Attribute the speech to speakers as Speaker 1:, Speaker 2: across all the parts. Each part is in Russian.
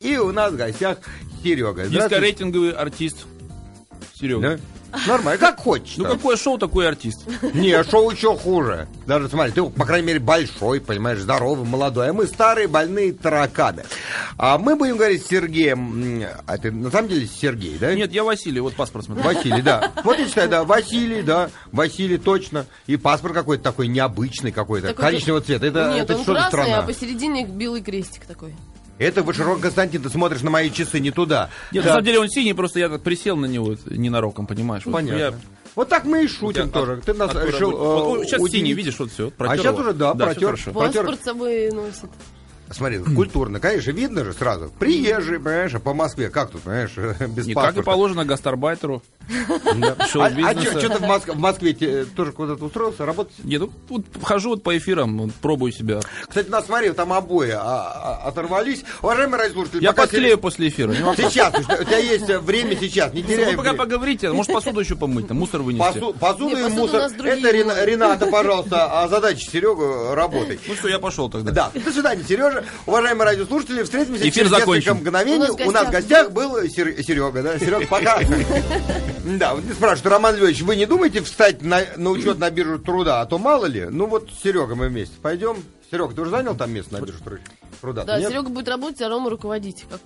Speaker 1: И у нас в гостях Серега. Здравствуйте.
Speaker 2: Низкорейтинговый артист. Серега.
Speaker 1: Да? Нормально, как хочешь.
Speaker 2: Ну
Speaker 1: там.
Speaker 2: какое шоу, такой артист.
Speaker 1: Не, шоу еще хуже. Даже смотри, ты, по крайней мере, большой, понимаешь, здоровый, молодой. А мы старые, больные тараканы. А мы будем говорить с Сергеем. м, А ты на самом деле Сергей, да?
Speaker 2: Нет, я Василий, вот паспорт смотрю.
Speaker 1: Василий, да. Вот и читай, да, Василий, да, Василий, точно. И паспорт какой-то такой необычный какой-то,
Speaker 3: Такой
Speaker 1: коричневого цвета. Это,
Speaker 3: Нет,
Speaker 1: это
Speaker 3: он
Speaker 1: что за
Speaker 3: красный,
Speaker 1: страна?
Speaker 3: а посередине белый крестик такой.
Speaker 1: Это Вышерон Константин, ты смотришь на мои часы не туда.
Speaker 2: Нет,
Speaker 1: Да,
Speaker 2: на самом деле он синий, просто я так присел на него вот, ненароком, понимаешь. Вот
Speaker 1: понятно.
Speaker 2: я-
Speaker 1: Ну, Вот так мы и шутим
Speaker 2: я
Speaker 1: тоже.
Speaker 2: от-
Speaker 1: Ты нас
Speaker 2: открою
Speaker 1: решил...
Speaker 2: работу. Вот,
Speaker 1: э,
Speaker 2: вот сейчас
Speaker 1: удивить.
Speaker 2: синий, видишь, вот все, протер.
Speaker 1: А сейчас
Speaker 2: его.
Speaker 1: уже, да,
Speaker 2: всё
Speaker 1: протер.
Speaker 2: хорошо.
Speaker 1: Протер.
Speaker 3: Паспорт с собой носит.
Speaker 1: Смотри, культурно, конечно, видно же сразу. Приезжий, понимаешь, а по Москве. Как тут, понимаешь, без
Speaker 2: И как и
Speaker 1: паспорта.
Speaker 2: положено гастарбайтеру. шоу
Speaker 1: а, а
Speaker 2: бизнеса.
Speaker 1: что ты в, Моск- в Москве те- тоже куда-то устроился работать?
Speaker 2: Нет, ну, вот хожу вот по эфирам, вот, пробую себя.
Speaker 1: Кстати, нас, смотри, там обои а- а- оторвались. Уважаемые радиослушатели,
Speaker 2: Я
Speaker 1: пока
Speaker 2: подклею после эфира. не вопрос.
Speaker 1: Сейчас, у тебя- у тебя есть э, время сейчас, не
Speaker 2: Ну,
Speaker 1: теряй
Speaker 2: Вы пока
Speaker 1: время.
Speaker 2: поговорите, может посуду еще помыть, там, мусор вынести.
Speaker 1: Посу- посуду
Speaker 3: Не,
Speaker 1: и
Speaker 3: посуду у
Speaker 1: мусор.
Speaker 3: нас другие
Speaker 1: Это Рена-
Speaker 3: моют.
Speaker 1: Рената, пожалуйста, а задача Серегу работой.
Speaker 2: Ну что, я пошел тогда.
Speaker 1: Да, до свидания, Сережа. Уважаемые радиослушатели, встретимся
Speaker 2: Эфир
Speaker 1: через несколько
Speaker 2: закончен.
Speaker 1: мгновений.
Speaker 3: У нас в
Speaker 1: У нас в гостях
Speaker 3: гостях
Speaker 1: был э, Серега, да? Серега, пока. Да, вот не спрашивают, Роман Львович, вы не думаете встать на, на учет на биржу труда, а то мало ли? Ну вот с Серегой мы вместе пойдем. Серега, ты уже занял там место на бирже тру- труда?
Speaker 3: Да,
Speaker 1: Нет?
Speaker 3: Серега будет работать, а Рома руководить, как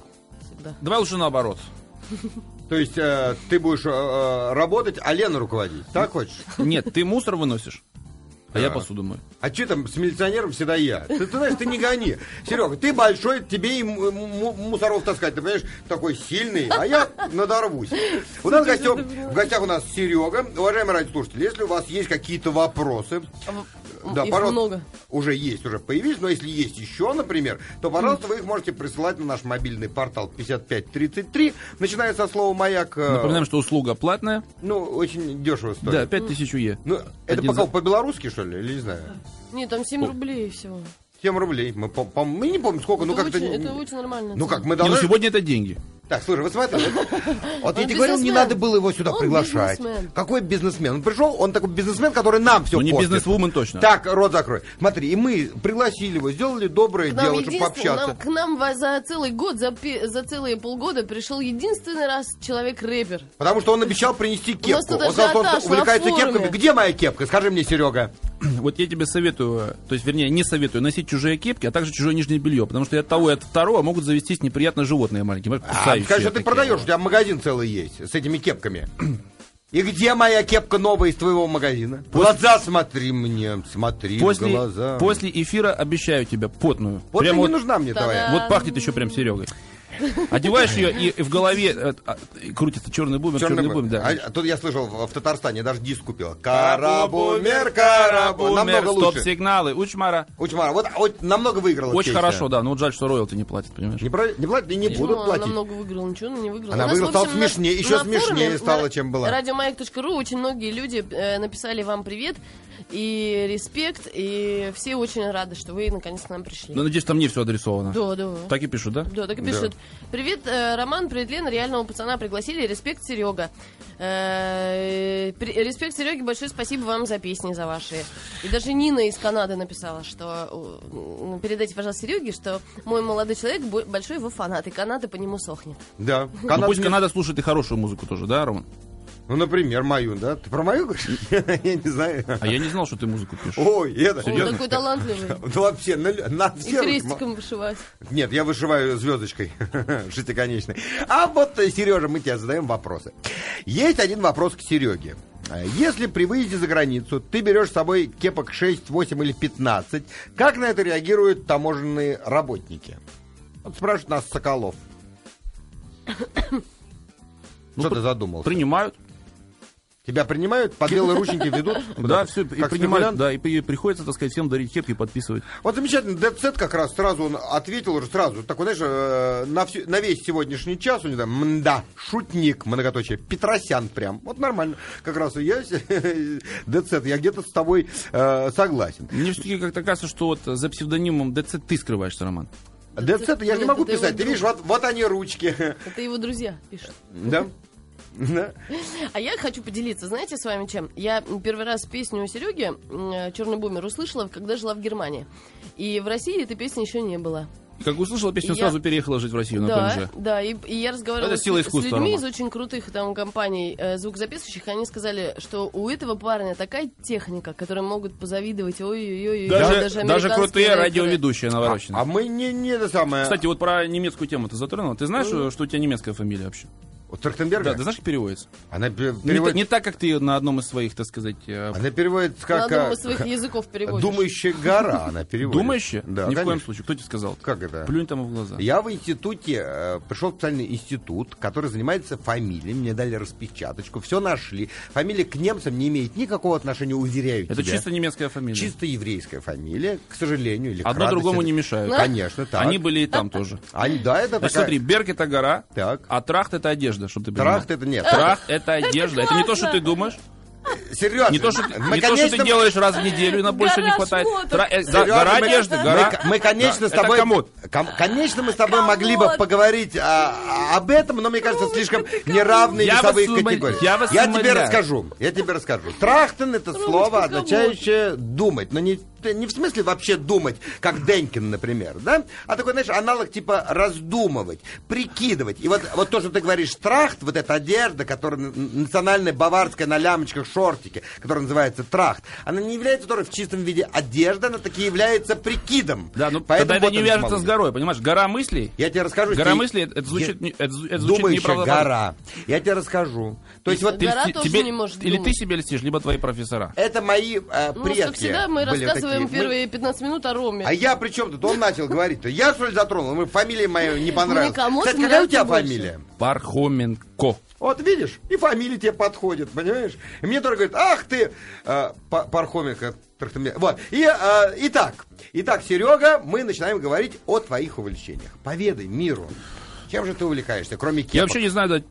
Speaker 3: всегда.
Speaker 2: Давай лучше наоборот.
Speaker 1: То есть э, ты будешь э, э, работать, а Лена руководить? Так хочешь?
Speaker 2: Нет, ты мусор выносишь, а я
Speaker 1: Да.
Speaker 2: посуду мою.
Speaker 1: А че там с милиционером всегда я? Ты, ты знаешь, ты не гони. Серега, ты большой, тебе и м- м- мусоров таскать, ты понимаешь, такой сильный, а я надорвусь. У нас в гостях,
Speaker 3: ну
Speaker 1: в гостях у нас Серега. Уважаемые радиослушатели, если у вас есть какие-то вопросы,
Speaker 3: А в- м,
Speaker 1: да,
Speaker 3: их
Speaker 1: пожалуйста,
Speaker 3: много.
Speaker 1: уже есть, уже появились, но если есть еще, например, то, пожалуйста, вы их можете присылать на наш мобильный портал 5533, начиная со слова «Маяк». э,
Speaker 2: Напоминаем, что услуга платная.
Speaker 1: Ну, очень дешево стоит.
Speaker 2: Да, 5000 УЕ.
Speaker 1: Ну, это
Speaker 2: Один
Speaker 1: пока
Speaker 2: за-
Speaker 1: по-белорусски, что ли, или не знаю?
Speaker 3: Нет, там
Speaker 1: Ну.
Speaker 3: 7 рублей всего.
Speaker 1: 7 рублей. Мы, пом- пом- мы не помним сколько, ну
Speaker 3: это,
Speaker 1: как-то...
Speaker 3: очень,
Speaker 1: не-
Speaker 3: это очень нормально.
Speaker 1: Ну как,
Speaker 3: цена.
Speaker 1: мы
Speaker 2: Не, ну
Speaker 1: должны...
Speaker 2: сегодня это деньги.
Speaker 1: Так, слушай, вот смотри. вот- Вот я тебе
Speaker 3: бизнесмен.
Speaker 1: говорил, не надо было его сюда
Speaker 3: Он
Speaker 1: приглашать.
Speaker 3: бизнесмен.
Speaker 1: Какой бизнесмен? Он пришел, он такой бизнесмен, который нам все
Speaker 2: Ну не
Speaker 1: портит.
Speaker 2: бизнесвумен точно.
Speaker 1: Так, рот закрой. Смотри, и мы пригласили его, сделали доброе
Speaker 3: К нам,
Speaker 1: дело, чтобы
Speaker 3: единствен-
Speaker 1: пообщаться.
Speaker 3: нам- к нам во- за целый год, за, пе- за целые полгода пришел единственный раз человек-рэпер.
Speaker 1: Потому что он обещал принести
Speaker 3: нас
Speaker 1: кепку.
Speaker 3: тут
Speaker 1: Он сказал, что он
Speaker 3: ажиотаж на
Speaker 1: увлекается
Speaker 3: форуме.
Speaker 1: кепками. Где моя кепка? Скажи мне, Серега.
Speaker 2: Вот я тебе советую, э, то есть, вернее, не советую носить чужие кепки, а также чужое нижнее белье, потому что и от того и от второго могут завестись неприятные животные маленькие, например,
Speaker 1: А,
Speaker 2: кусающие
Speaker 1: скажи, что ты
Speaker 2: такие.
Speaker 1: продаешь, у тебя магазин целый есть с этими кепками. И где моя кепка новая из твоего магазина? Глаза смотри мне, смотри в глаза.
Speaker 2: После, после эфира обещаю тебе потную.
Speaker 1: Вот
Speaker 2: Прям
Speaker 1: и не
Speaker 2: вот,
Speaker 1: нужна мне
Speaker 3: Та-да.
Speaker 1: твоя.
Speaker 2: вот пахнет еще прям Серегой. Одеваешь ее и, и в голове э, а, и крутится черный бумер, черный,
Speaker 1: Черный
Speaker 2: бумер,
Speaker 1: бум.
Speaker 2: да.
Speaker 1: А, а тут я слышал, в, в Татарстане я даже диск купила. Карабумер, карабумер. Намного лучше.
Speaker 2: Стоп-сигналы, Учмара.
Speaker 1: Учмара, вот, а вот намного выиграла
Speaker 2: Очень
Speaker 1: песня.
Speaker 2: хорошо, да, но вот жаль, что роялти не платит, понимаешь?
Speaker 1: Не, про- не платят и не
Speaker 3: Почему
Speaker 1: будут
Speaker 3: она
Speaker 1: платить.
Speaker 3: много выиграла, ничего она не выиграла.
Speaker 1: Она
Speaker 3: У нас,
Speaker 1: выиграла,
Speaker 3: в общем,
Speaker 1: стала смешнее,
Speaker 3: на-
Speaker 1: еще
Speaker 3: на
Speaker 1: смешнее
Speaker 3: форуме на-
Speaker 1: стала, чем была.
Speaker 3: Радиомаяк.ру очень многие люди э, написали вам привет и респект, и все очень рады, что вы наконец к нам пришли.
Speaker 2: Ну, надеюсь, там мне все адресовано.
Speaker 3: Да, да.
Speaker 2: Так и пишут, да? Ну,
Speaker 3: Да, так и пишут. Привет, э, Роман, привет, Лена, реального пацана пригласили, респект, Серега. Э, при- респект, Сереге, большое спасибо вам за песни, за ваши. И даже Нина из Канады написала, что э, передайте, пожалуйста, Сереге, что мой молодой человек бо- большой его фанат, и Канада по нему сохнет.
Speaker 1: Да.
Speaker 2: Ну,
Speaker 1: Канада
Speaker 2: пусть
Speaker 1: не-
Speaker 2: Канада слушает и хорошую музыку тоже, да, Роман?
Speaker 1: Ну, например, мою, да? Ты про мою говоришь? Я не знаю.
Speaker 2: А я не знал, что ты музыку пишешь.
Speaker 1: Ой, это...
Speaker 3: Он такой талантливый.
Speaker 1: Ну, вообще, на, на
Speaker 3: И
Speaker 1: все...
Speaker 3: крестиком вышивать.
Speaker 1: Нет, я вышиваю звездочкой шестиконечной. А вот, Сережа, мы тебе задаем вопросы. Есть один вопрос к Сереге. Э, Если при выезде за границу ты берешь с собой кепок 6, 8 или 15, как на это реагируют таможенные работники? Вот спрашивает нас Соколов.
Speaker 2: Ну,
Speaker 1: Что ты
Speaker 2: при-
Speaker 1: задумал?
Speaker 2: Принимают,
Speaker 1: Тебя принимают, под белые рученьки ведут?
Speaker 2: да, все, и
Speaker 1: Как
Speaker 2: принимают,
Speaker 1: спекулянт?
Speaker 2: да, и при- приходится, так сказать, всем дарить кепки и подписывать.
Speaker 1: Вот замечательно, Дедсет как раз сразу он ответил уже сразу. Такой, знаешь, э, на, всю- на весь сегодняшний час у него там, мда, шутник, многоточие, Петросян прям. Вот нормально. Как раз и я, Дедсет, я где-то с тобой э, согласен.
Speaker 2: Мне все-таки как-то кажется, что вот за псевдонимом ДЦ ты скрываешься, Роман.
Speaker 1: Дедсет, я же не
Speaker 3: Нет,
Speaker 1: могу
Speaker 3: это его
Speaker 1: писать, ты
Speaker 3: друг.
Speaker 1: видишь, вот, вот они ручки.
Speaker 3: Это его друзья пишут.
Speaker 1: Да? Да.
Speaker 3: А я хочу поделиться, знаете, с вами чем? Я первый раз песню э, Сереги «Черный бумер» услышала, когда жила в Германии. И в России этой песни еще не было.
Speaker 2: Как услышала песню,
Speaker 3: Я-
Speaker 2: сразу переехала жить в Россию на том
Speaker 3: Да,
Speaker 2: же.
Speaker 3: да, и, и я разговаривала
Speaker 2: Это сила
Speaker 3: с,
Speaker 2: искусства,
Speaker 3: с людьми
Speaker 2: Рома.
Speaker 3: из очень крутых там компаний э, звукозаписывающих, они сказали, что у этого парня такая техника, которой могут позавидовать, ой-ой-ой,
Speaker 2: Даже, даже
Speaker 3: американские
Speaker 2: крутые
Speaker 3: рэперы.
Speaker 2: радиоведущие навороченные.
Speaker 1: А мы не, не это самое...
Speaker 2: Кстати, вот про немецкую тему ты затронула. Ты знаешь,
Speaker 1: Ну.
Speaker 2: что у тебя немецкая фамилия вообще?
Speaker 1: у Трахтенберга?
Speaker 2: Да, ты знаешь, как переводится?
Speaker 1: Она пе-
Speaker 2: Не та-
Speaker 1: переводит...
Speaker 2: Не, так, как ты на одном из своих, так сказать, э,
Speaker 1: Она переводит
Speaker 3: На
Speaker 1: как...
Speaker 3: одном
Speaker 1: а,
Speaker 3: из своих языков переводишь.
Speaker 1: Думающая гора она переводит.
Speaker 2: думающие.
Speaker 1: Да,
Speaker 2: Ни в коем
Speaker 1: конечно.
Speaker 2: случае. Кто тебе сказал?
Speaker 1: Как это?
Speaker 2: Плюнь тому в глаза.
Speaker 1: Я в институте э, пришел в специальный институт, который занимается фамилией. Мне дали распечаточку, все нашли. Фамилия к немцам не имеет никакого отношения, уверяю
Speaker 2: Это
Speaker 1: тебя.
Speaker 2: чисто немецкая фамилия.
Speaker 1: Чисто еврейская фамилия, к сожалению, или к
Speaker 2: Одно
Speaker 1: радости.
Speaker 2: другому не мешает.
Speaker 1: Конечно, так.
Speaker 2: Они были и там тоже.
Speaker 1: Они- да, это
Speaker 2: Значит,
Speaker 1: такая-
Speaker 2: смотри, Берг это гора,
Speaker 1: Так.
Speaker 2: а Трахт это одежда, чтобы ты понимал.
Speaker 1: Трахт это нет.
Speaker 2: Трахт это одежда. Это не то, что ты думаешь,
Speaker 1: Серьезно.
Speaker 2: не то, что ты, не то, что ты делаешь раз в неделю, и на больше не
Speaker 3: Гараж
Speaker 2: хватает.
Speaker 3: фото.
Speaker 2: Тра- э, да, гора одежды, гора.
Speaker 1: Мы, конечно,
Speaker 2: Да,
Speaker 1: с тобой...
Speaker 2: Это комод.
Speaker 1: Ком- конечно, мы с тобой могли бы
Speaker 3: Комод.
Speaker 1: поговорить а, а, об этом, но, мне кажется, слишком неравные
Speaker 2: Я
Speaker 1: весовые
Speaker 2: вас умоля-
Speaker 1: категории.
Speaker 2: я вас
Speaker 1: тебе
Speaker 2: умоляю.
Speaker 1: расскажу. Я тебе расскажу. Трахтен — это слово,
Speaker 3: комод.
Speaker 1: означающее «думать». Но не, не в смысле вообще думать, как Денькин, например, да? А такой, знаешь, аналог типа «раздумывать», «прикидывать». И вот, вот то, что ты говоришь «трахт», вот эта одежда, которая н- национальная баварская на лямочках шортики, которая называется «трахт», она не является тоже в чистом виде одежда, она таки является прикидом.
Speaker 2: Да, ну
Speaker 1: Поэтому
Speaker 2: тогда это
Speaker 1: вот
Speaker 2: не
Speaker 1: он
Speaker 2: вяжется
Speaker 1: смолвил.
Speaker 2: с горой, понимаешь? Гора мыслей.
Speaker 1: Я тебе расскажу.
Speaker 2: Гора
Speaker 1: если-
Speaker 2: мыслей, это звучит, не- это, зву- это звучит
Speaker 1: Думающая
Speaker 2: неправдоподобно.
Speaker 1: гора. Я тебе расскажу. То есть вот
Speaker 2: Ты
Speaker 3: Гора
Speaker 2: льсти-
Speaker 3: тоже
Speaker 2: тебе-
Speaker 3: не может
Speaker 2: Или ты
Speaker 3: думать.
Speaker 2: себе льстишь, либо твои профессора.
Speaker 1: это мои э,
Speaker 3: Ну,
Speaker 1: предки.
Speaker 3: как всегда, мы
Speaker 1: были
Speaker 3: рассказываем
Speaker 1: такие. Мы-
Speaker 3: первые 15 минут о Роме.
Speaker 1: А я при чем тут? Он начал говорить. то Я что ли затронул? Ему фамилия моя не понравилась.
Speaker 3: Никому
Speaker 1: Кстати,
Speaker 3: ты
Speaker 1: какая у тебя
Speaker 3: нравится
Speaker 1: фамилия?
Speaker 2: Пархоменко.
Speaker 1: Вот видишь, и фамилия тебе подходит, понимаешь? И мне тоже говорят, ах ты, э, Па- Пархоменко, Трахтенберг. Вот. И, э, итак, итак, Серега, мы начинаем говорить о твоих увлечениях. Поведай миру. Чем же ты увлекаешься, кроме кепок?
Speaker 2: Я вообще не знаю, да,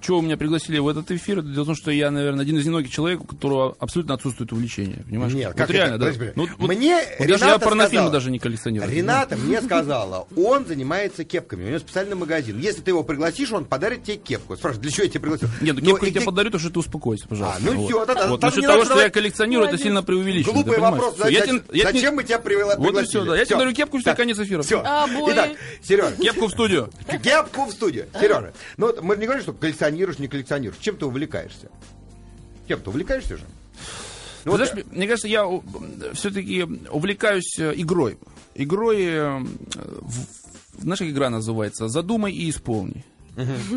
Speaker 2: чего меня пригласили в этот эфир. Дело в том, что я, наверное, один из немногих человек, у которого абсолютно отсутствует увлечение. Понимаешь?
Speaker 1: Нет,
Speaker 2: Вот
Speaker 1: как это?
Speaker 2: реально, да.
Speaker 1: Подожди, подожди.
Speaker 2: Ну, вот-
Speaker 1: Мне
Speaker 2: вот даже я
Speaker 1: Рената
Speaker 2: порнофильмы
Speaker 1: сказала.
Speaker 2: даже не коллекционирую.
Speaker 1: Рената мне сказала, он занимается кепками, у него специальный магазин. Если ты его пригласишь, он подарит тебе кепку. Спрашивает, для чего я тебя пригласил?
Speaker 2: Нет, ну
Speaker 1: Ну,
Speaker 2: кепку я
Speaker 1: и
Speaker 2: тебе
Speaker 1: ты-
Speaker 2: подарю, потому что ты успокойся, пожалуйста.
Speaker 1: А, ну
Speaker 2: вот.
Speaker 1: всё, да, да,
Speaker 2: Вот
Speaker 1: там
Speaker 2: насчет
Speaker 1: не
Speaker 2: того,
Speaker 1: надо
Speaker 2: что я
Speaker 1: давать-
Speaker 2: коллекционирую, это сильно преувеличено.
Speaker 1: Глупый
Speaker 2: ты понимаешь?
Speaker 1: вопрос.
Speaker 2: Всё, я
Speaker 1: Зачем,
Speaker 2: тебе- я тебе-
Speaker 1: зачем мы тебя привела,
Speaker 2: Вот и
Speaker 1: пригласили?
Speaker 2: всё, да. Я тебе дарю кепку, и всё, конец эфира.
Speaker 1: Все.
Speaker 3: А, более.
Speaker 1: Итак, Сереж,
Speaker 2: Кепку в студию.
Speaker 1: кепку в студию. Сережа, ну вот мы же не говорим, что коллекционируешь, не коллекционируешь. Чем ты увлекаешься? Чем ты увлекаешься же? Ну,
Speaker 2: Ты
Speaker 1: вот,
Speaker 2: знаешь, мне- мне кажется, я все-таки увлекаюсь э, игрой. Игрой, э, в- знаешь, как игра называется? Задумай и исполни.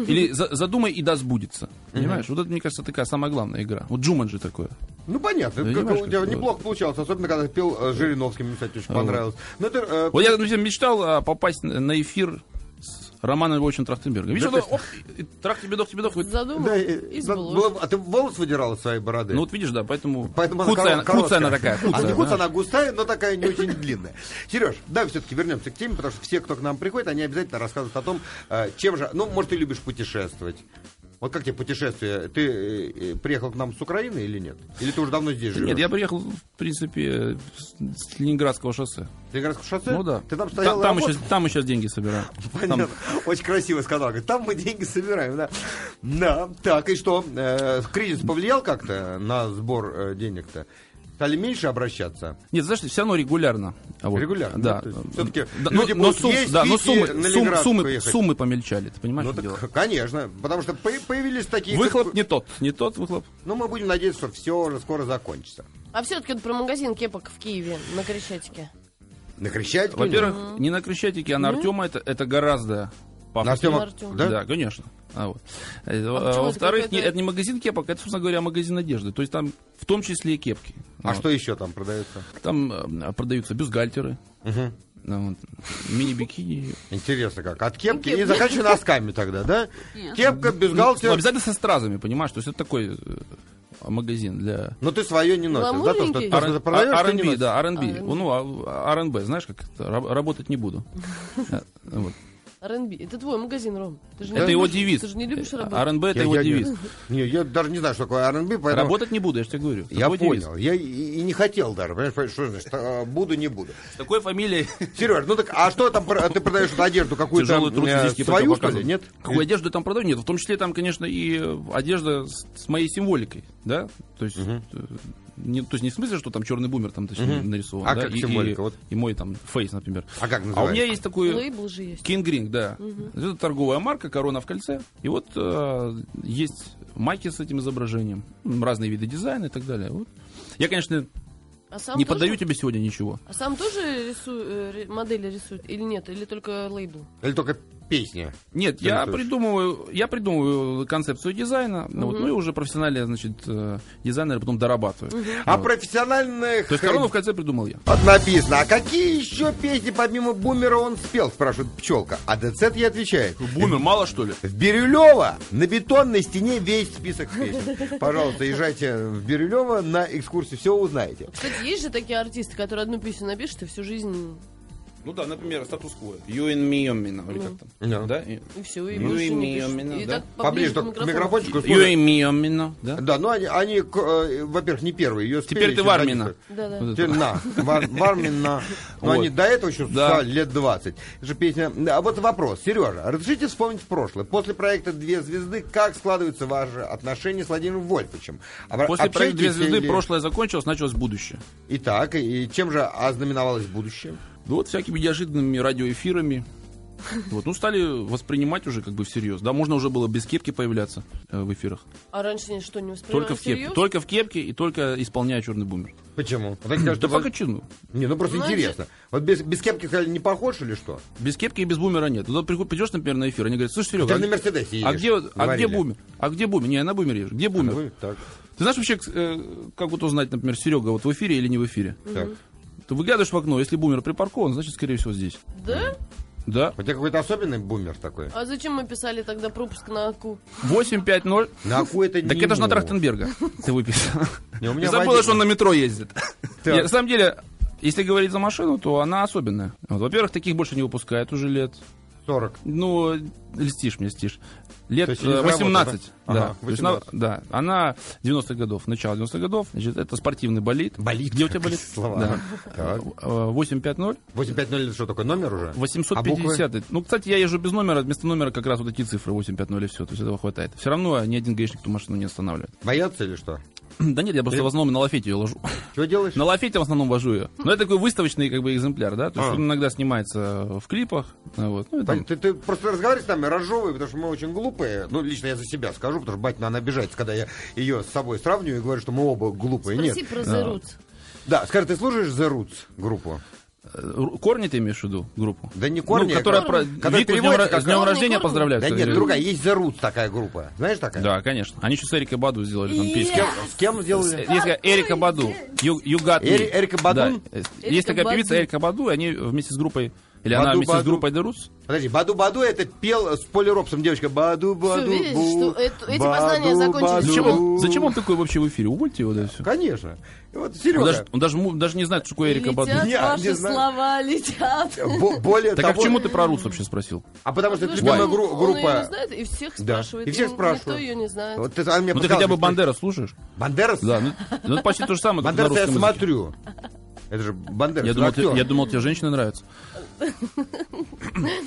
Speaker 2: Или за- задумай и да сбудется. Понимаешь? Вот это, мне кажется, такая самая главная игра. Вот Джуманджи такое.
Speaker 1: ну понятно, это как
Speaker 2: понимаешь, А
Speaker 1: у тебя
Speaker 2: как-
Speaker 1: неплохо получалось, особенно когда ты пел э, Жириновским, мне, кстати, очень понравилось. Ну, это, э,
Speaker 2: Вот я, например, мечтал а, попасть на- на эфир с Романом Львовичем Трахтенбергом. Видишь,
Speaker 1: Да
Speaker 2: вот он, оп, и трах тебе дох, тебе дох. и-
Speaker 3: Задумал
Speaker 1: да, э, надо
Speaker 3: и сбылось.
Speaker 1: было бы- а ты волос выдирал из своей бороды?
Speaker 2: Ну вот видишь, да, поэтому,
Speaker 1: Поэтому
Speaker 2: хуцая,
Speaker 1: она коро-
Speaker 2: хуцая она
Speaker 1: короткая.
Speaker 2: такая.
Speaker 1: а не
Speaker 2: хуцая,
Speaker 1: хуцая,
Speaker 2: да.
Speaker 1: она густая, но такая не очень длинная. Сереж, давай все-таки вернемся к теме, потому что все, кто к нам приходит, они обязательно рассказывают о том, э, чем же... Ну, может, ты любишь путешествовать. Вот как тебе путешествие? Ты э, э, приехал к нам с Украины или нет? Или ты уже давно здесь живешь?
Speaker 2: Нет, я приехал, в принципе, э, с с Ленинградского шоссе.
Speaker 1: Ленинградское шоссе?
Speaker 2: Ну да.
Speaker 1: Ты там
Speaker 2: Та-
Speaker 1: стоял и
Speaker 2: там,
Speaker 1: работал?
Speaker 2: еще, там еще деньги собираю.
Speaker 1: Понятно. Очень красиво сказал. Говорит, там мы деньги собираем, да. Да. Так, и что? э, кризис повлиял как-то на сбор э, денег-то? Стали меньше обращаться?
Speaker 2: Нет, знаешь, все равно регулярно. А вот,
Speaker 1: Регулярно, да,
Speaker 2: да.
Speaker 1: то есть всё-таки
Speaker 2: Да,
Speaker 1: люди
Speaker 2: но, но
Speaker 1: будут
Speaker 2: сум-
Speaker 1: есть,
Speaker 2: да, но
Speaker 1: пить и
Speaker 2: суммы,
Speaker 1: на
Speaker 2: сум-
Speaker 1: Ленинград
Speaker 2: суммы,
Speaker 1: поехать.
Speaker 2: суммы помельчали, ты понимаешь,
Speaker 1: Ну,
Speaker 2: что дело?
Speaker 1: так, конечно, потому что по- появились такие...
Speaker 2: Выхлоп не тот, не тот выхлоп.
Speaker 1: Ну, мы будем надеяться, что все уже скоро закончится.
Speaker 3: А все-таки про магазин кепок в Киеве на Крещатике.
Speaker 1: На Крещатике?
Speaker 2: Во-первых, не на Крещатике, а на Артема это, это гораздо
Speaker 1: нет? на
Speaker 2: пафоснее.
Speaker 1: Артема...
Speaker 3: Артём.
Speaker 1: Да?
Speaker 2: Да, конечно. А вот. Э,
Speaker 3: почему это
Speaker 2: Во-вторых,
Speaker 3: какая-то-
Speaker 2: не- это не магазин кепок, это, собственно говоря, магазин одежды. То есть там в том числе и кепки.
Speaker 1: А
Speaker 2: Вот.
Speaker 1: что еще там продается?
Speaker 2: Там э, продаются бюстгальтеры, ну, вот, мини-бикини.
Speaker 1: Интересно как. От кепки и заканчивая носками тогда, да?
Speaker 3: Ну, Нет.
Speaker 1: Кепка,
Speaker 2: Ну,
Speaker 1: бюстгальтер.
Speaker 2: Обязательно со стразами, понимаешь? То есть это такой э, магазин для А,
Speaker 1: Но ты свое не носишь, да? То, что,
Speaker 3: Гламурненький.
Speaker 1: то, что ты продаешь, ты не
Speaker 2: R&B,
Speaker 1: носишь.
Speaker 2: да, R&B. Ну, а, R&B, знаешь, как это, раб- работать не буду. Э, вот.
Speaker 3: R&B. Это твой магазин, Ром. Ты же не
Speaker 2: Это его
Speaker 3: любишь-
Speaker 2: девиз. Э, а
Speaker 3: Ты же не любишь работать.
Speaker 2: R&B это
Speaker 1: Я-
Speaker 2: его
Speaker 1: я не-
Speaker 2: девиз.
Speaker 1: Не, я даже не знаю, что такое R&B, поэтому...
Speaker 2: Работать не буду, я же тебе говорю. Это
Speaker 1: Я
Speaker 2: его девиз.
Speaker 1: понял. Я и, и не хотел даже, понимаешь, что значит, а, буду, не буду.
Speaker 2: С такой фамилией
Speaker 1: Сереж, ну так, а что там, про- ты продаешь вот одежду какую-то
Speaker 2: тяжелый труд
Speaker 1: э,
Speaker 2: физически
Speaker 1: свою, что
Speaker 2: показан.
Speaker 1: ли, нет?
Speaker 2: Какую одежду я там продаю? Нет, в том числе там, конечно, и э, одежда с, с моей символикой, да? То есть э, Не, то есть не в смысле, что там черный бумер там точнее,
Speaker 1: Мгм.
Speaker 2: нарисован.
Speaker 1: А
Speaker 2: да,
Speaker 1: как
Speaker 2: и,
Speaker 1: символика?
Speaker 2: и-
Speaker 1: Вот.
Speaker 2: и мой там фейс, например.
Speaker 1: А как
Speaker 2: А у меня
Speaker 1: называется?
Speaker 2: есть такой
Speaker 3: Лейбл же есть.
Speaker 2: King Ring, да. Это торговая марка, корона в кольце. И вот э, есть майки с этим изображением, м, разные виды дизайна и так далее. Вот. Я, конечно,
Speaker 3: А сам
Speaker 2: не
Speaker 3: тоже-
Speaker 2: подаю тебе сегодня ничего.
Speaker 3: А сам тоже рису- э, ри- модели рисует или нет? Или только лейбл?
Speaker 1: Или только песня?
Speaker 2: Нет,
Speaker 1: Ты
Speaker 2: я
Speaker 1: рисуешь.
Speaker 2: придумываю, я придумываю концепцию дизайна, ну, вот, ну и уже профессиональные, значит, э, дизайнеры потом дорабатывают.
Speaker 1: А
Speaker 2: Вот.
Speaker 1: профессиональных...
Speaker 2: То есть корону в кольце придумал я.
Speaker 1: Вот написано, а какие еще песни помимо Бумера он спел, спрашивает Пчелка. А ДЦ ей отвечает.
Speaker 2: Бумер, мало что ли?
Speaker 1: В Бирюлево на бетонной стене весь список песен. Пожалуйста, езжайте в Бирюлево на экскурсию, все узнаете.
Speaker 3: Кстати, есть же такие артисты, которые одну песню напишут и всю жизнь
Speaker 2: Ну да, например, статус кво. You and me, on me, now, или как там.
Speaker 1: Ну.
Speaker 2: Да? и-
Speaker 3: и все, и
Speaker 2: Ну
Speaker 3: больше
Speaker 2: и
Speaker 3: не
Speaker 2: мио,
Speaker 3: пишут.
Speaker 2: мио,
Speaker 3: И
Speaker 2: да.
Speaker 3: так
Speaker 1: Поближе только к микрофончику.
Speaker 2: You
Speaker 1: слушай.
Speaker 2: and me, on me, now, да?
Speaker 1: Да, ну они, они к- э, во-первых, не первые. её спели,
Speaker 2: Теперь ты
Speaker 1: если
Speaker 2: в армии, на.
Speaker 1: родиться.
Speaker 3: Да-да.
Speaker 2: Вот это.
Speaker 1: Теперь на, вар- в армии на. Ну,
Speaker 2: Вот.
Speaker 1: они до этого еще
Speaker 2: Да.
Speaker 1: сосали лет 20. Это же песня. А вот вопрос, Сережа, разрешите вспомнить прошлое. После проекта «Две звезды» как складываются ваши отношения с Владимиром Вольфовичем? Обра-
Speaker 2: После проекта «Две
Speaker 1: общаетесь
Speaker 2: звезды»
Speaker 1: или-
Speaker 2: прошлое закончилось, началось будущее.
Speaker 1: Итак, и чем же ознаменовалось будущее?
Speaker 2: Ну вот всякими неожиданными радиоэфирами. Вот, ну, стали воспринимать уже как бы всерьез. Да, можно уже было без кепки появляться э, в эфирах.
Speaker 3: А раньше они что, не успевали?
Speaker 2: Только в кепке.
Speaker 3: Серьёзно?
Speaker 2: Только в кепке и только исполняя черный бумер.
Speaker 1: Почему?
Speaker 2: Да по кочану.
Speaker 1: Не, ну просто
Speaker 3: Ну,
Speaker 1: интересно. Вот без, без кепки сказали, не похож или что?
Speaker 2: Без кепки и без бумера нет. Туда приход- придешь, например, на эфир, они говорят, слушай, Серега,
Speaker 1: Ты
Speaker 2: а,
Speaker 1: на Мерседесе едешь.
Speaker 2: а где, вот- а где
Speaker 1: говорили.
Speaker 2: бумер? А где бумер? Не, я на бумере езжу. Где
Speaker 1: Ну,
Speaker 2: бумер?
Speaker 1: вы так,
Speaker 2: Ты знаешь вообще, э, как вот узнать, например, Серега вот в эфире или не в эфире?
Speaker 1: так.
Speaker 2: Ты выглядываешь в окно, если бумер припаркован, значит, скорее всего, здесь.
Speaker 3: Да?
Speaker 2: Да.
Speaker 1: У тебя какой-то особенный бумер такой.
Speaker 3: А зачем мы писали тогда пропуск на АКУ?
Speaker 2: 850.
Speaker 1: На какой это
Speaker 2: Так
Speaker 1: не
Speaker 2: это же на
Speaker 1: ну.
Speaker 2: Трахтенберга ты выписал.
Speaker 1: Не, у меня
Speaker 2: Ты забыла,
Speaker 1: водитель.
Speaker 2: что он на метро ездит.
Speaker 1: Так.
Speaker 2: Не, На самом деле, если говорить за машину, то она особенная. Вот, Во-первых, таких больше не выпускают уже лет.
Speaker 1: 40.
Speaker 2: Ну, льстишь мне, льстишь. Лет
Speaker 1: То есть
Speaker 2: э,
Speaker 1: из работы,
Speaker 2: 18.
Speaker 1: да?
Speaker 2: да.
Speaker 1: Ага,
Speaker 2: То есть она-
Speaker 1: 18.
Speaker 2: да. Она 90-х годов, начало 90-х годов. Значит, это спортивный болит.
Speaker 1: Болит.
Speaker 2: Где у тебя болит?
Speaker 1: Слова. А
Speaker 2: Да.
Speaker 1: Так.
Speaker 2: Э, 850.
Speaker 1: 850 это что такое, номер уже? А
Speaker 2: 850. ну, кстати, я езжу без номера, вместо номера как раз вот эти цифры 850 и все, то есть этого хватает. Все равно ни один гаишник ту машину не останавливает.
Speaker 1: Боятся или что?
Speaker 2: Да нет, я просто в основном на лафете ее ложу.
Speaker 1: Чего делаешь?
Speaker 2: На лафете в основном вожу ее. Но это такой выставочный как бы экземпляр, да? То есть
Speaker 1: А.
Speaker 2: он иногда снимается в клипах. а, Вот. Ну, и там.
Speaker 1: Пон- Ты, ты просто разговариваешь с нами, разжевывай, потому что мы очень глупые. Ну, лично я за себя скажу, потому что батя, она обижается, когда я ее с собой сравниваю и говорю, что мы оба глупые.
Speaker 3: Спроси
Speaker 1: Нет. А.
Speaker 3: про The Roots.
Speaker 1: Да, скажи, ты слушаешь The Roots группу?
Speaker 2: Э, ру- Корни ты имеешь в виду группу?
Speaker 1: Да не корни,
Speaker 2: Ну, которая
Speaker 1: а
Speaker 2: про...
Speaker 1: корни. Которая
Speaker 2: Вику с днем,
Speaker 1: переводится
Speaker 2: ра-
Speaker 1: как
Speaker 2: с днем
Speaker 3: корни,
Speaker 2: рождения
Speaker 3: корни.
Speaker 2: поздравляю.
Speaker 1: Да
Speaker 2: кстати,
Speaker 1: нет,
Speaker 2: говорю.
Speaker 1: другая, есть The Roots такая группа. Знаешь такая?
Speaker 2: Да, конечно. Они еще с Эрикой Баду сделали там
Speaker 3: И-
Speaker 2: песню. Э,
Speaker 1: С кем сделали?
Speaker 2: Есть такая Эрика Баду. You, you got me.
Speaker 1: Эри- Эрика Баду?
Speaker 2: Да. Э, Есть
Speaker 3: Эрика
Speaker 2: такая
Speaker 3: Баду.
Speaker 2: певица Эрика Баду, и они вместе с группой... Или она
Speaker 1: Баду,
Speaker 2: вместе с
Speaker 1: Баду.
Speaker 2: группой Дерус.
Speaker 1: Подожди, Баду-Баду это пел с полиропсом девочка. Баду-Баду.
Speaker 3: Всё, видишь, что это- эти познания закончились.
Speaker 2: Зачем
Speaker 1: Баду.
Speaker 2: он, зачем он такой вообще в эфире? Увольте его, да, и все.
Speaker 1: Конечно. И вот,
Speaker 2: Он даже,
Speaker 1: Серега.
Speaker 2: он даже, му- даже не знает, что такое Эрика Баду.
Speaker 3: Летят
Speaker 1: Не,
Speaker 3: ваши
Speaker 1: не знаю.
Speaker 3: слова, летят.
Speaker 1: бо- Более
Speaker 2: Так а
Speaker 1: того,
Speaker 2: почему ты ну, про Рус вообще спросил?
Speaker 1: А потому что это
Speaker 3: Потому
Speaker 1: любимая
Speaker 3: что он-
Speaker 1: гру-
Speaker 3: он её
Speaker 1: группа.
Speaker 3: не знает, и всех
Speaker 1: Да.
Speaker 3: спрашивает.
Speaker 1: И всех
Speaker 3: Ну, Никто
Speaker 1: спрашивают.
Speaker 3: ее не знает.
Speaker 1: Вот ты, она мне
Speaker 2: Ну ты
Speaker 1: показала,
Speaker 2: хотя бы
Speaker 1: что-
Speaker 2: Бандера слушаешь?
Speaker 1: Бандерас?
Speaker 2: Да, ну, ну, это почти то же самое, только на
Speaker 1: Бандерас я
Speaker 2: русском языке.
Speaker 1: смотрю. Это же Бандерас.
Speaker 2: Я
Speaker 1: ну,
Speaker 2: думал, тебе,
Speaker 1: актер.
Speaker 2: я думал, тебе женщины нравятся.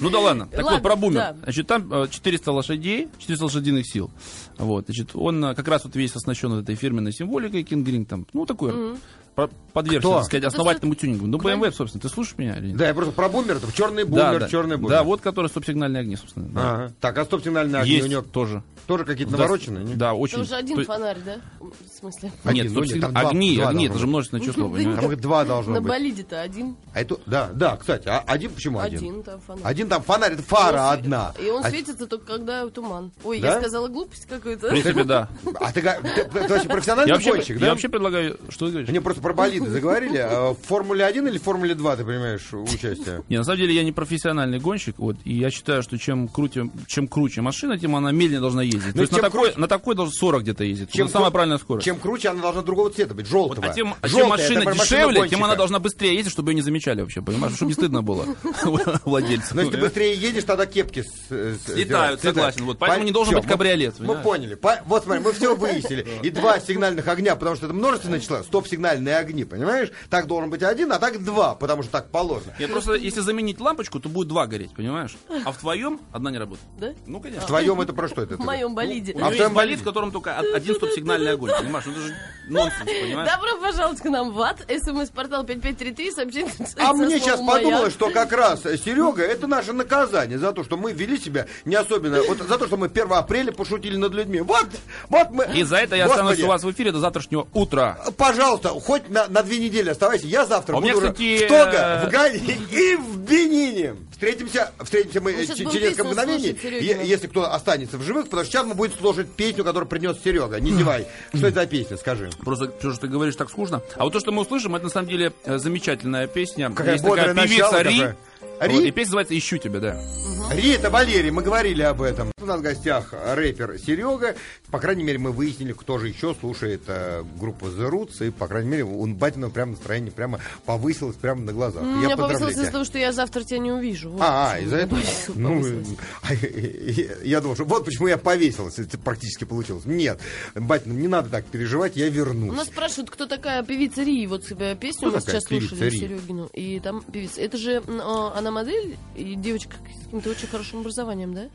Speaker 2: Ну да ладно. Так вот,
Speaker 3: Ладно,
Speaker 2: про бумер.
Speaker 3: да.
Speaker 2: Значит, там э, 400 лошадей, 400 лошадиных сил. Вот, значит, он э, как раз вот весь оснащен вот этой фирменной символикой, Кингрин там, ну такой, про- подвергся,
Speaker 1: Кто?
Speaker 2: так сказать, основательному тюнингу. Ну, BMW, собственно, ты слушаешь меня или нет?
Speaker 1: Да, я просто про бумер, там черный
Speaker 2: Да,
Speaker 1: бумер,
Speaker 2: да.
Speaker 1: черный бумер.
Speaker 2: Да, вот который стоп-сигнальные огни, собственно. да.
Speaker 1: Ага. Так, а стоп-сигнальные огни у
Speaker 2: Есть
Speaker 1: него
Speaker 2: тоже.
Speaker 1: тоже какие-то
Speaker 2: Да,
Speaker 1: навороченные? не?
Speaker 2: Да, очень.
Speaker 3: Это уже один
Speaker 2: То есть-
Speaker 3: фонарь, да? В смысле?
Speaker 2: Нет,
Speaker 1: Один, ну, нет,
Speaker 2: стоп-сигнал-
Speaker 1: там два-
Speaker 2: огни,
Speaker 1: два
Speaker 2: огни,
Speaker 1: должно
Speaker 2: это же множественное число.
Speaker 3: Да
Speaker 2: понимаешь?
Speaker 1: Там их два должно
Speaker 3: На
Speaker 1: быть.
Speaker 3: болиде-то один.
Speaker 1: А это, да, да, кстати, а один почему один?
Speaker 3: Один там фонарь.
Speaker 1: Один там фонарь, это
Speaker 3: И он
Speaker 1: фара
Speaker 3: сви-
Speaker 1: одна.
Speaker 3: И он
Speaker 1: А-
Speaker 3: светится только когда туман. Ой,
Speaker 1: Да?
Speaker 3: я сказала глупость
Speaker 2: В
Speaker 3: какую-то.
Speaker 2: принципе, да.
Speaker 1: А ты, га- ты- ты вообще профессиональный
Speaker 2: Я вообще,
Speaker 1: гонщик,
Speaker 2: я
Speaker 1: да?
Speaker 2: вообще предлагаю... Что ты говоришь?
Speaker 1: Мне просто про болиды заговорили. а В Формуле-1 или в Формуле-2, ты понимаешь, участие?
Speaker 2: Не, на самом деле я не профессиональный гонщик, вот, и я считаю, что чем круче, чем круче машина, тем она медленнее должна ездить.
Speaker 1: Ну,
Speaker 2: То есть на
Speaker 1: чем
Speaker 2: такой, на такой должен 40 где-то ездить. Чем Ну, самая
Speaker 1: кру-
Speaker 2: правильная скорость.
Speaker 1: Чем круче, она должна другого цвета быть, желтого.
Speaker 2: а тем, а чем
Speaker 1: Желтая, это
Speaker 2: машина
Speaker 1: прям машина
Speaker 2: дешевле, тем
Speaker 1: гонщика.
Speaker 2: она должна быстрее ездить, чтобы ее не замечали вообще, понимаешь? Чтобы не стыдно было владельцу.
Speaker 1: Но Ну, если ты быстрее едешь, тогда кепки с- э, с- сдирают.
Speaker 2: согласен, вот, поэтому не должен
Speaker 1: Всё,
Speaker 2: быть
Speaker 1: мы-
Speaker 2: кабриолет,
Speaker 1: Ну, Мы
Speaker 2: понимаешь?
Speaker 1: поняли. По- Вот смотри, мы все выяснили. И два сигнальных огня, потому что это множественное число, стоп-сигнальные огни, понимаешь? Так должен быть один, а так два, потому что так положено.
Speaker 2: Нет, просто если заменить лампочку, то будет два гореть, понимаешь? А в твоем одна не работает.
Speaker 3: Да?
Speaker 2: Ну,
Speaker 1: В
Speaker 2: конечно.
Speaker 1: твоем это про что это? Ну, а-
Speaker 3: В моем болиде.
Speaker 2: У него
Speaker 1: в
Speaker 2: есть
Speaker 1: твоем
Speaker 2: болит,
Speaker 1: болиде?
Speaker 2: в котором только од- один стоп-сигнальный огонь, понимаешь? Ну, это же нонсенс, понимаешь?
Speaker 3: Добро пожаловать к нам в ад. СМС-портал 5533. Сообщение.
Speaker 1: А
Speaker 3: со
Speaker 1: мне
Speaker 3: словом
Speaker 1: сейчас
Speaker 3: «Маяк».
Speaker 1: подумалось, что как раз э, Серега это наше наказание за то, что мы вели себя не особенно, вот за то, что мы 1 апреля пошутили над людьми. Вот, вот мы.
Speaker 2: И за это я
Speaker 1: Господи,
Speaker 2: останусь у вас в эфире до завтрашнего утра.
Speaker 1: Пожалуйста, хоть на, на две недели оставайся. Я завтра
Speaker 2: А у меня,
Speaker 1: буду
Speaker 2: кстати,
Speaker 1: в Того,
Speaker 2: э,
Speaker 1: в Гане и в Бенине. Встретимся, встретимся мы
Speaker 3: Ну,
Speaker 1: э,
Speaker 3: щас
Speaker 1: че-
Speaker 3: будем
Speaker 1: через несколько
Speaker 3: песню
Speaker 1: мгновений,
Speaker 3: слушать,
Speaker 1: е-
Speaker 3: Серёгина.
Speaker 1: если кто останется в живых, потому что сейчас мы будем слушать песню, которую принес Серега. Не зевай. Что это за песня, скажи.
Speaker 2: Просто что же ты говоришь так скучно. А вот то, что мы услышим, это на самом деле э, замечательная песня.
Speaker 1: Какая
Speaker 2: Есть
Speaker 1: бодрое
Speaker 2: такая певица
Speaker 1: начало
Speaker 2: Ри.
Speaker 1: такое.
Speaker 2: Вот,
Speaker 1: Ри?
Speaker 2: и песня называется «Ищу тебя», да.
Speaker 1: Ри, это Валерий, мы говорили об этом. У нас в гостях рэпер Серега. По крайней мере, мы выяснили, кто же еще слушает э, группу The Roots. И, по крайней мере, у Батина прям настроение прямо повысилось прямо на глазах.
Speaker 3: У
Speaker 1: Я
Speaker 3: меня
Speaker 1: поздравляю
Speaker 3: повысилось из-за
Speaker 1: тебя.
Speaker 3: того, что я завтра тебя не увижу. Вот
Speaker 1: А, а,
Speaker 3: почему
Speaker 1: из-за этого?
Speaker 3: повысилось,
Speaker 1: Ну,
Speaker 3: повысилось.
Speaker 1: я- я думал, что вот почему я повесился, это практически получилось. Нет, батя, ну не надо так переживать, я
Speaker 3: У
Speaker 1: вернусь.
Speaker 3: нас спрашивают, кто такая певица Ри. Вот себя песню
Speaker 1: Кто
Speaker 3: мы
Speaker 1: такая
Speaker 3: сейчас
Speaker 1: певица
Speaker 3: слушали
Speaker 1: Ри?
Speaker 3: Серегину. И там певица. Это же м, о, она модель и девочка с каким-то очень хорошим образованием, да?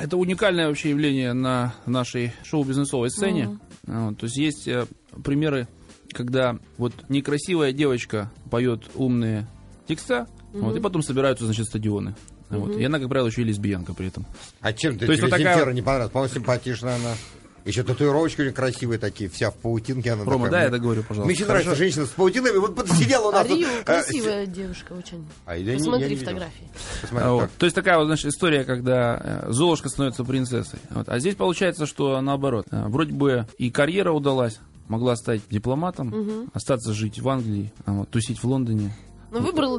Speaker 2: Это уникальное вообще явление на нашей шоу-бизнесовой сцене. Вот, то есть есть э, примеры, когда вот некрасивая девочка поет умные текста, вот, и потом собираются, значит, стадионы. Вот. И она, как правило, еще и лесбиянка при этом.
Speaker 1: А чем ты
Speaker 2: То есть
Speaker 1: тебе
Speaker 2: вот такая
Speaker 1: Земфира
Speaker 2: вот-
Speaker 1: не понравилась? По-моему, симпатичная она. Еще татуировочки у нее красивые такие, вся в паутинке. Она
Speaker 2: Рома,
Speaker 1: такая,
Speaker 2: да, я
Speaker 1: ну,
Speaker 2: это говорю, пожалуйста.
Speaker 1: Мне еще нравится женщина с паутинами. Вот под- сидела у
Speaker 3: А
Speaker 1: нас.
Speaker 3: Ри
Speaker 1: тут, э,
Speaker 3: красивая девушка очень.
Speaker 1: А, я не- я не
Speaker 3: Посмотри
Speaker 1: видел.
Speaker 3: фотографии.
Speaker 1: с- Посмотри,
Speaker 2: А вот.
Speaker 1: так.
Speaker 2: То есть такая вот, значит, история, когда э, Золушка становится принцессой. Вот. А здесь получается, что наоборот. Э, Вроде бы и карьера удалась, могла стать дипломатом, остаться жить в Англии, а, вот, тусить в Лондоне.
Speaker 3: Но Ну, выбрала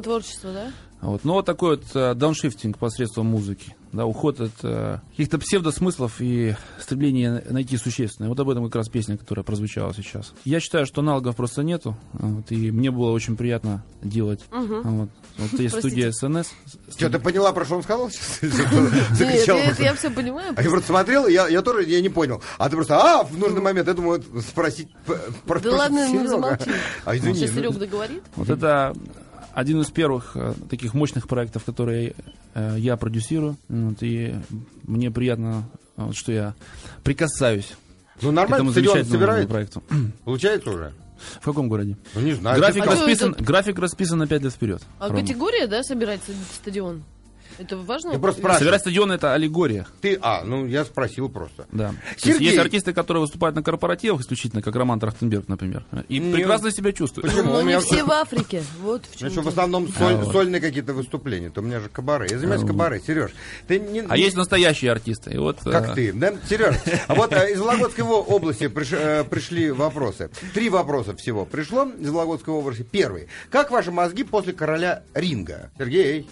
Speaker 3: творчество, да?
Speaker 2: А Вот. Но вот такой вот э, дауншифтинг посредством музыки. Да, уход от э, каких-то псевдосмыслов и стремление найти существенное. Вот об этом как раз песня, которая прозвучала сейчас. Я считаю, что аналогов просто нету. а, вот, и мне было очень приятно делать. А Вот, вот есть студия
Speaker 3: Простите.
Speaker 2: СНС.
Speaker 1: Что, ты поняла, про что он сказал? Сейчас
Speaker 3: Нет,
Speaker 1: закричал.
Speaker 3: я- это я все понимаю.
Speaker 1: А я просто смотрел, и я, я тоже я не понял. А ты просто, а, в нужный момент, я думаю, вот спросить п- про
Speaker 3: Да
Speaker 1: про
Speaker 3: ладно, ну
Speaker 1: Серёга.
Speaker 3: замолчи.
Speaker 1: А извини.
Speaker 3: Сейчас
Speaker 1: ну,
Speaker 3: Серега договорит.
Speaker 2: Вот это один из первых э, таких мощных проектов, которые э, я продюсирую. Вот, и мне приятно, э, вот, что я прикасаюсь
Speaker 1: Ну,
Speaker 2: к этому
Speaker 1: нормально, стадион
Speaker 2: замечательному
Speaker 1: собирает.
Speaker 2: проекту.
Speaker 1: Получается уже?
Speaker 2: В каком городе?
Speaker 1: Ну, не знаю.
Speaker 2: график,
Speaker 3: А что
Speaker 2: расписан, график расписан на 5 лет вперед.
Speaker 3: А
Speaker 2: Рома.
Speaker 3: категория, да, собирается стадион? Это важно?
Speaker 1: Я просто спрашиваю.
Speaker 2: Собирать стадион это аллегория.
Speaker 1: Ты, а, ну, я спросил просто.
Speaker 2: Да. То есть
Speaker 1: Сергей.
Speaker 2: есть артисты, которые выступают на корпоративах исключительно, как Роман Трахтенберг, например. И
Speaker 1: Нет.
Speaker 2: прекрасно себя чувствуют.
Speaker 1: Почему?
Speaker 3: Но
Speaker 1: У меня- Ну,
Speaker 3: не все в Африке. Вот в чем
Speaker 1: Значит, в
Speaker 3: дело.
Speaker 1: основном соль-
Speaker 2: А, вот.
Speaker 1: сольные какие-то выступления. То у меня же кабары. Я занимаюсь кабары, Сереж. Ты не,
Speaker 2: А есть настоящие артисты. И вот,
Speaker 1: как
Speaker 2: э,
Speaker 1: ты, да, Сереж? А вот э, из Вологодской во- области приш- э, пришли вопросы. Три вопроса всего пришло из Вологодской области. Первый. Как ваши мозги после короля ринга? Сергей.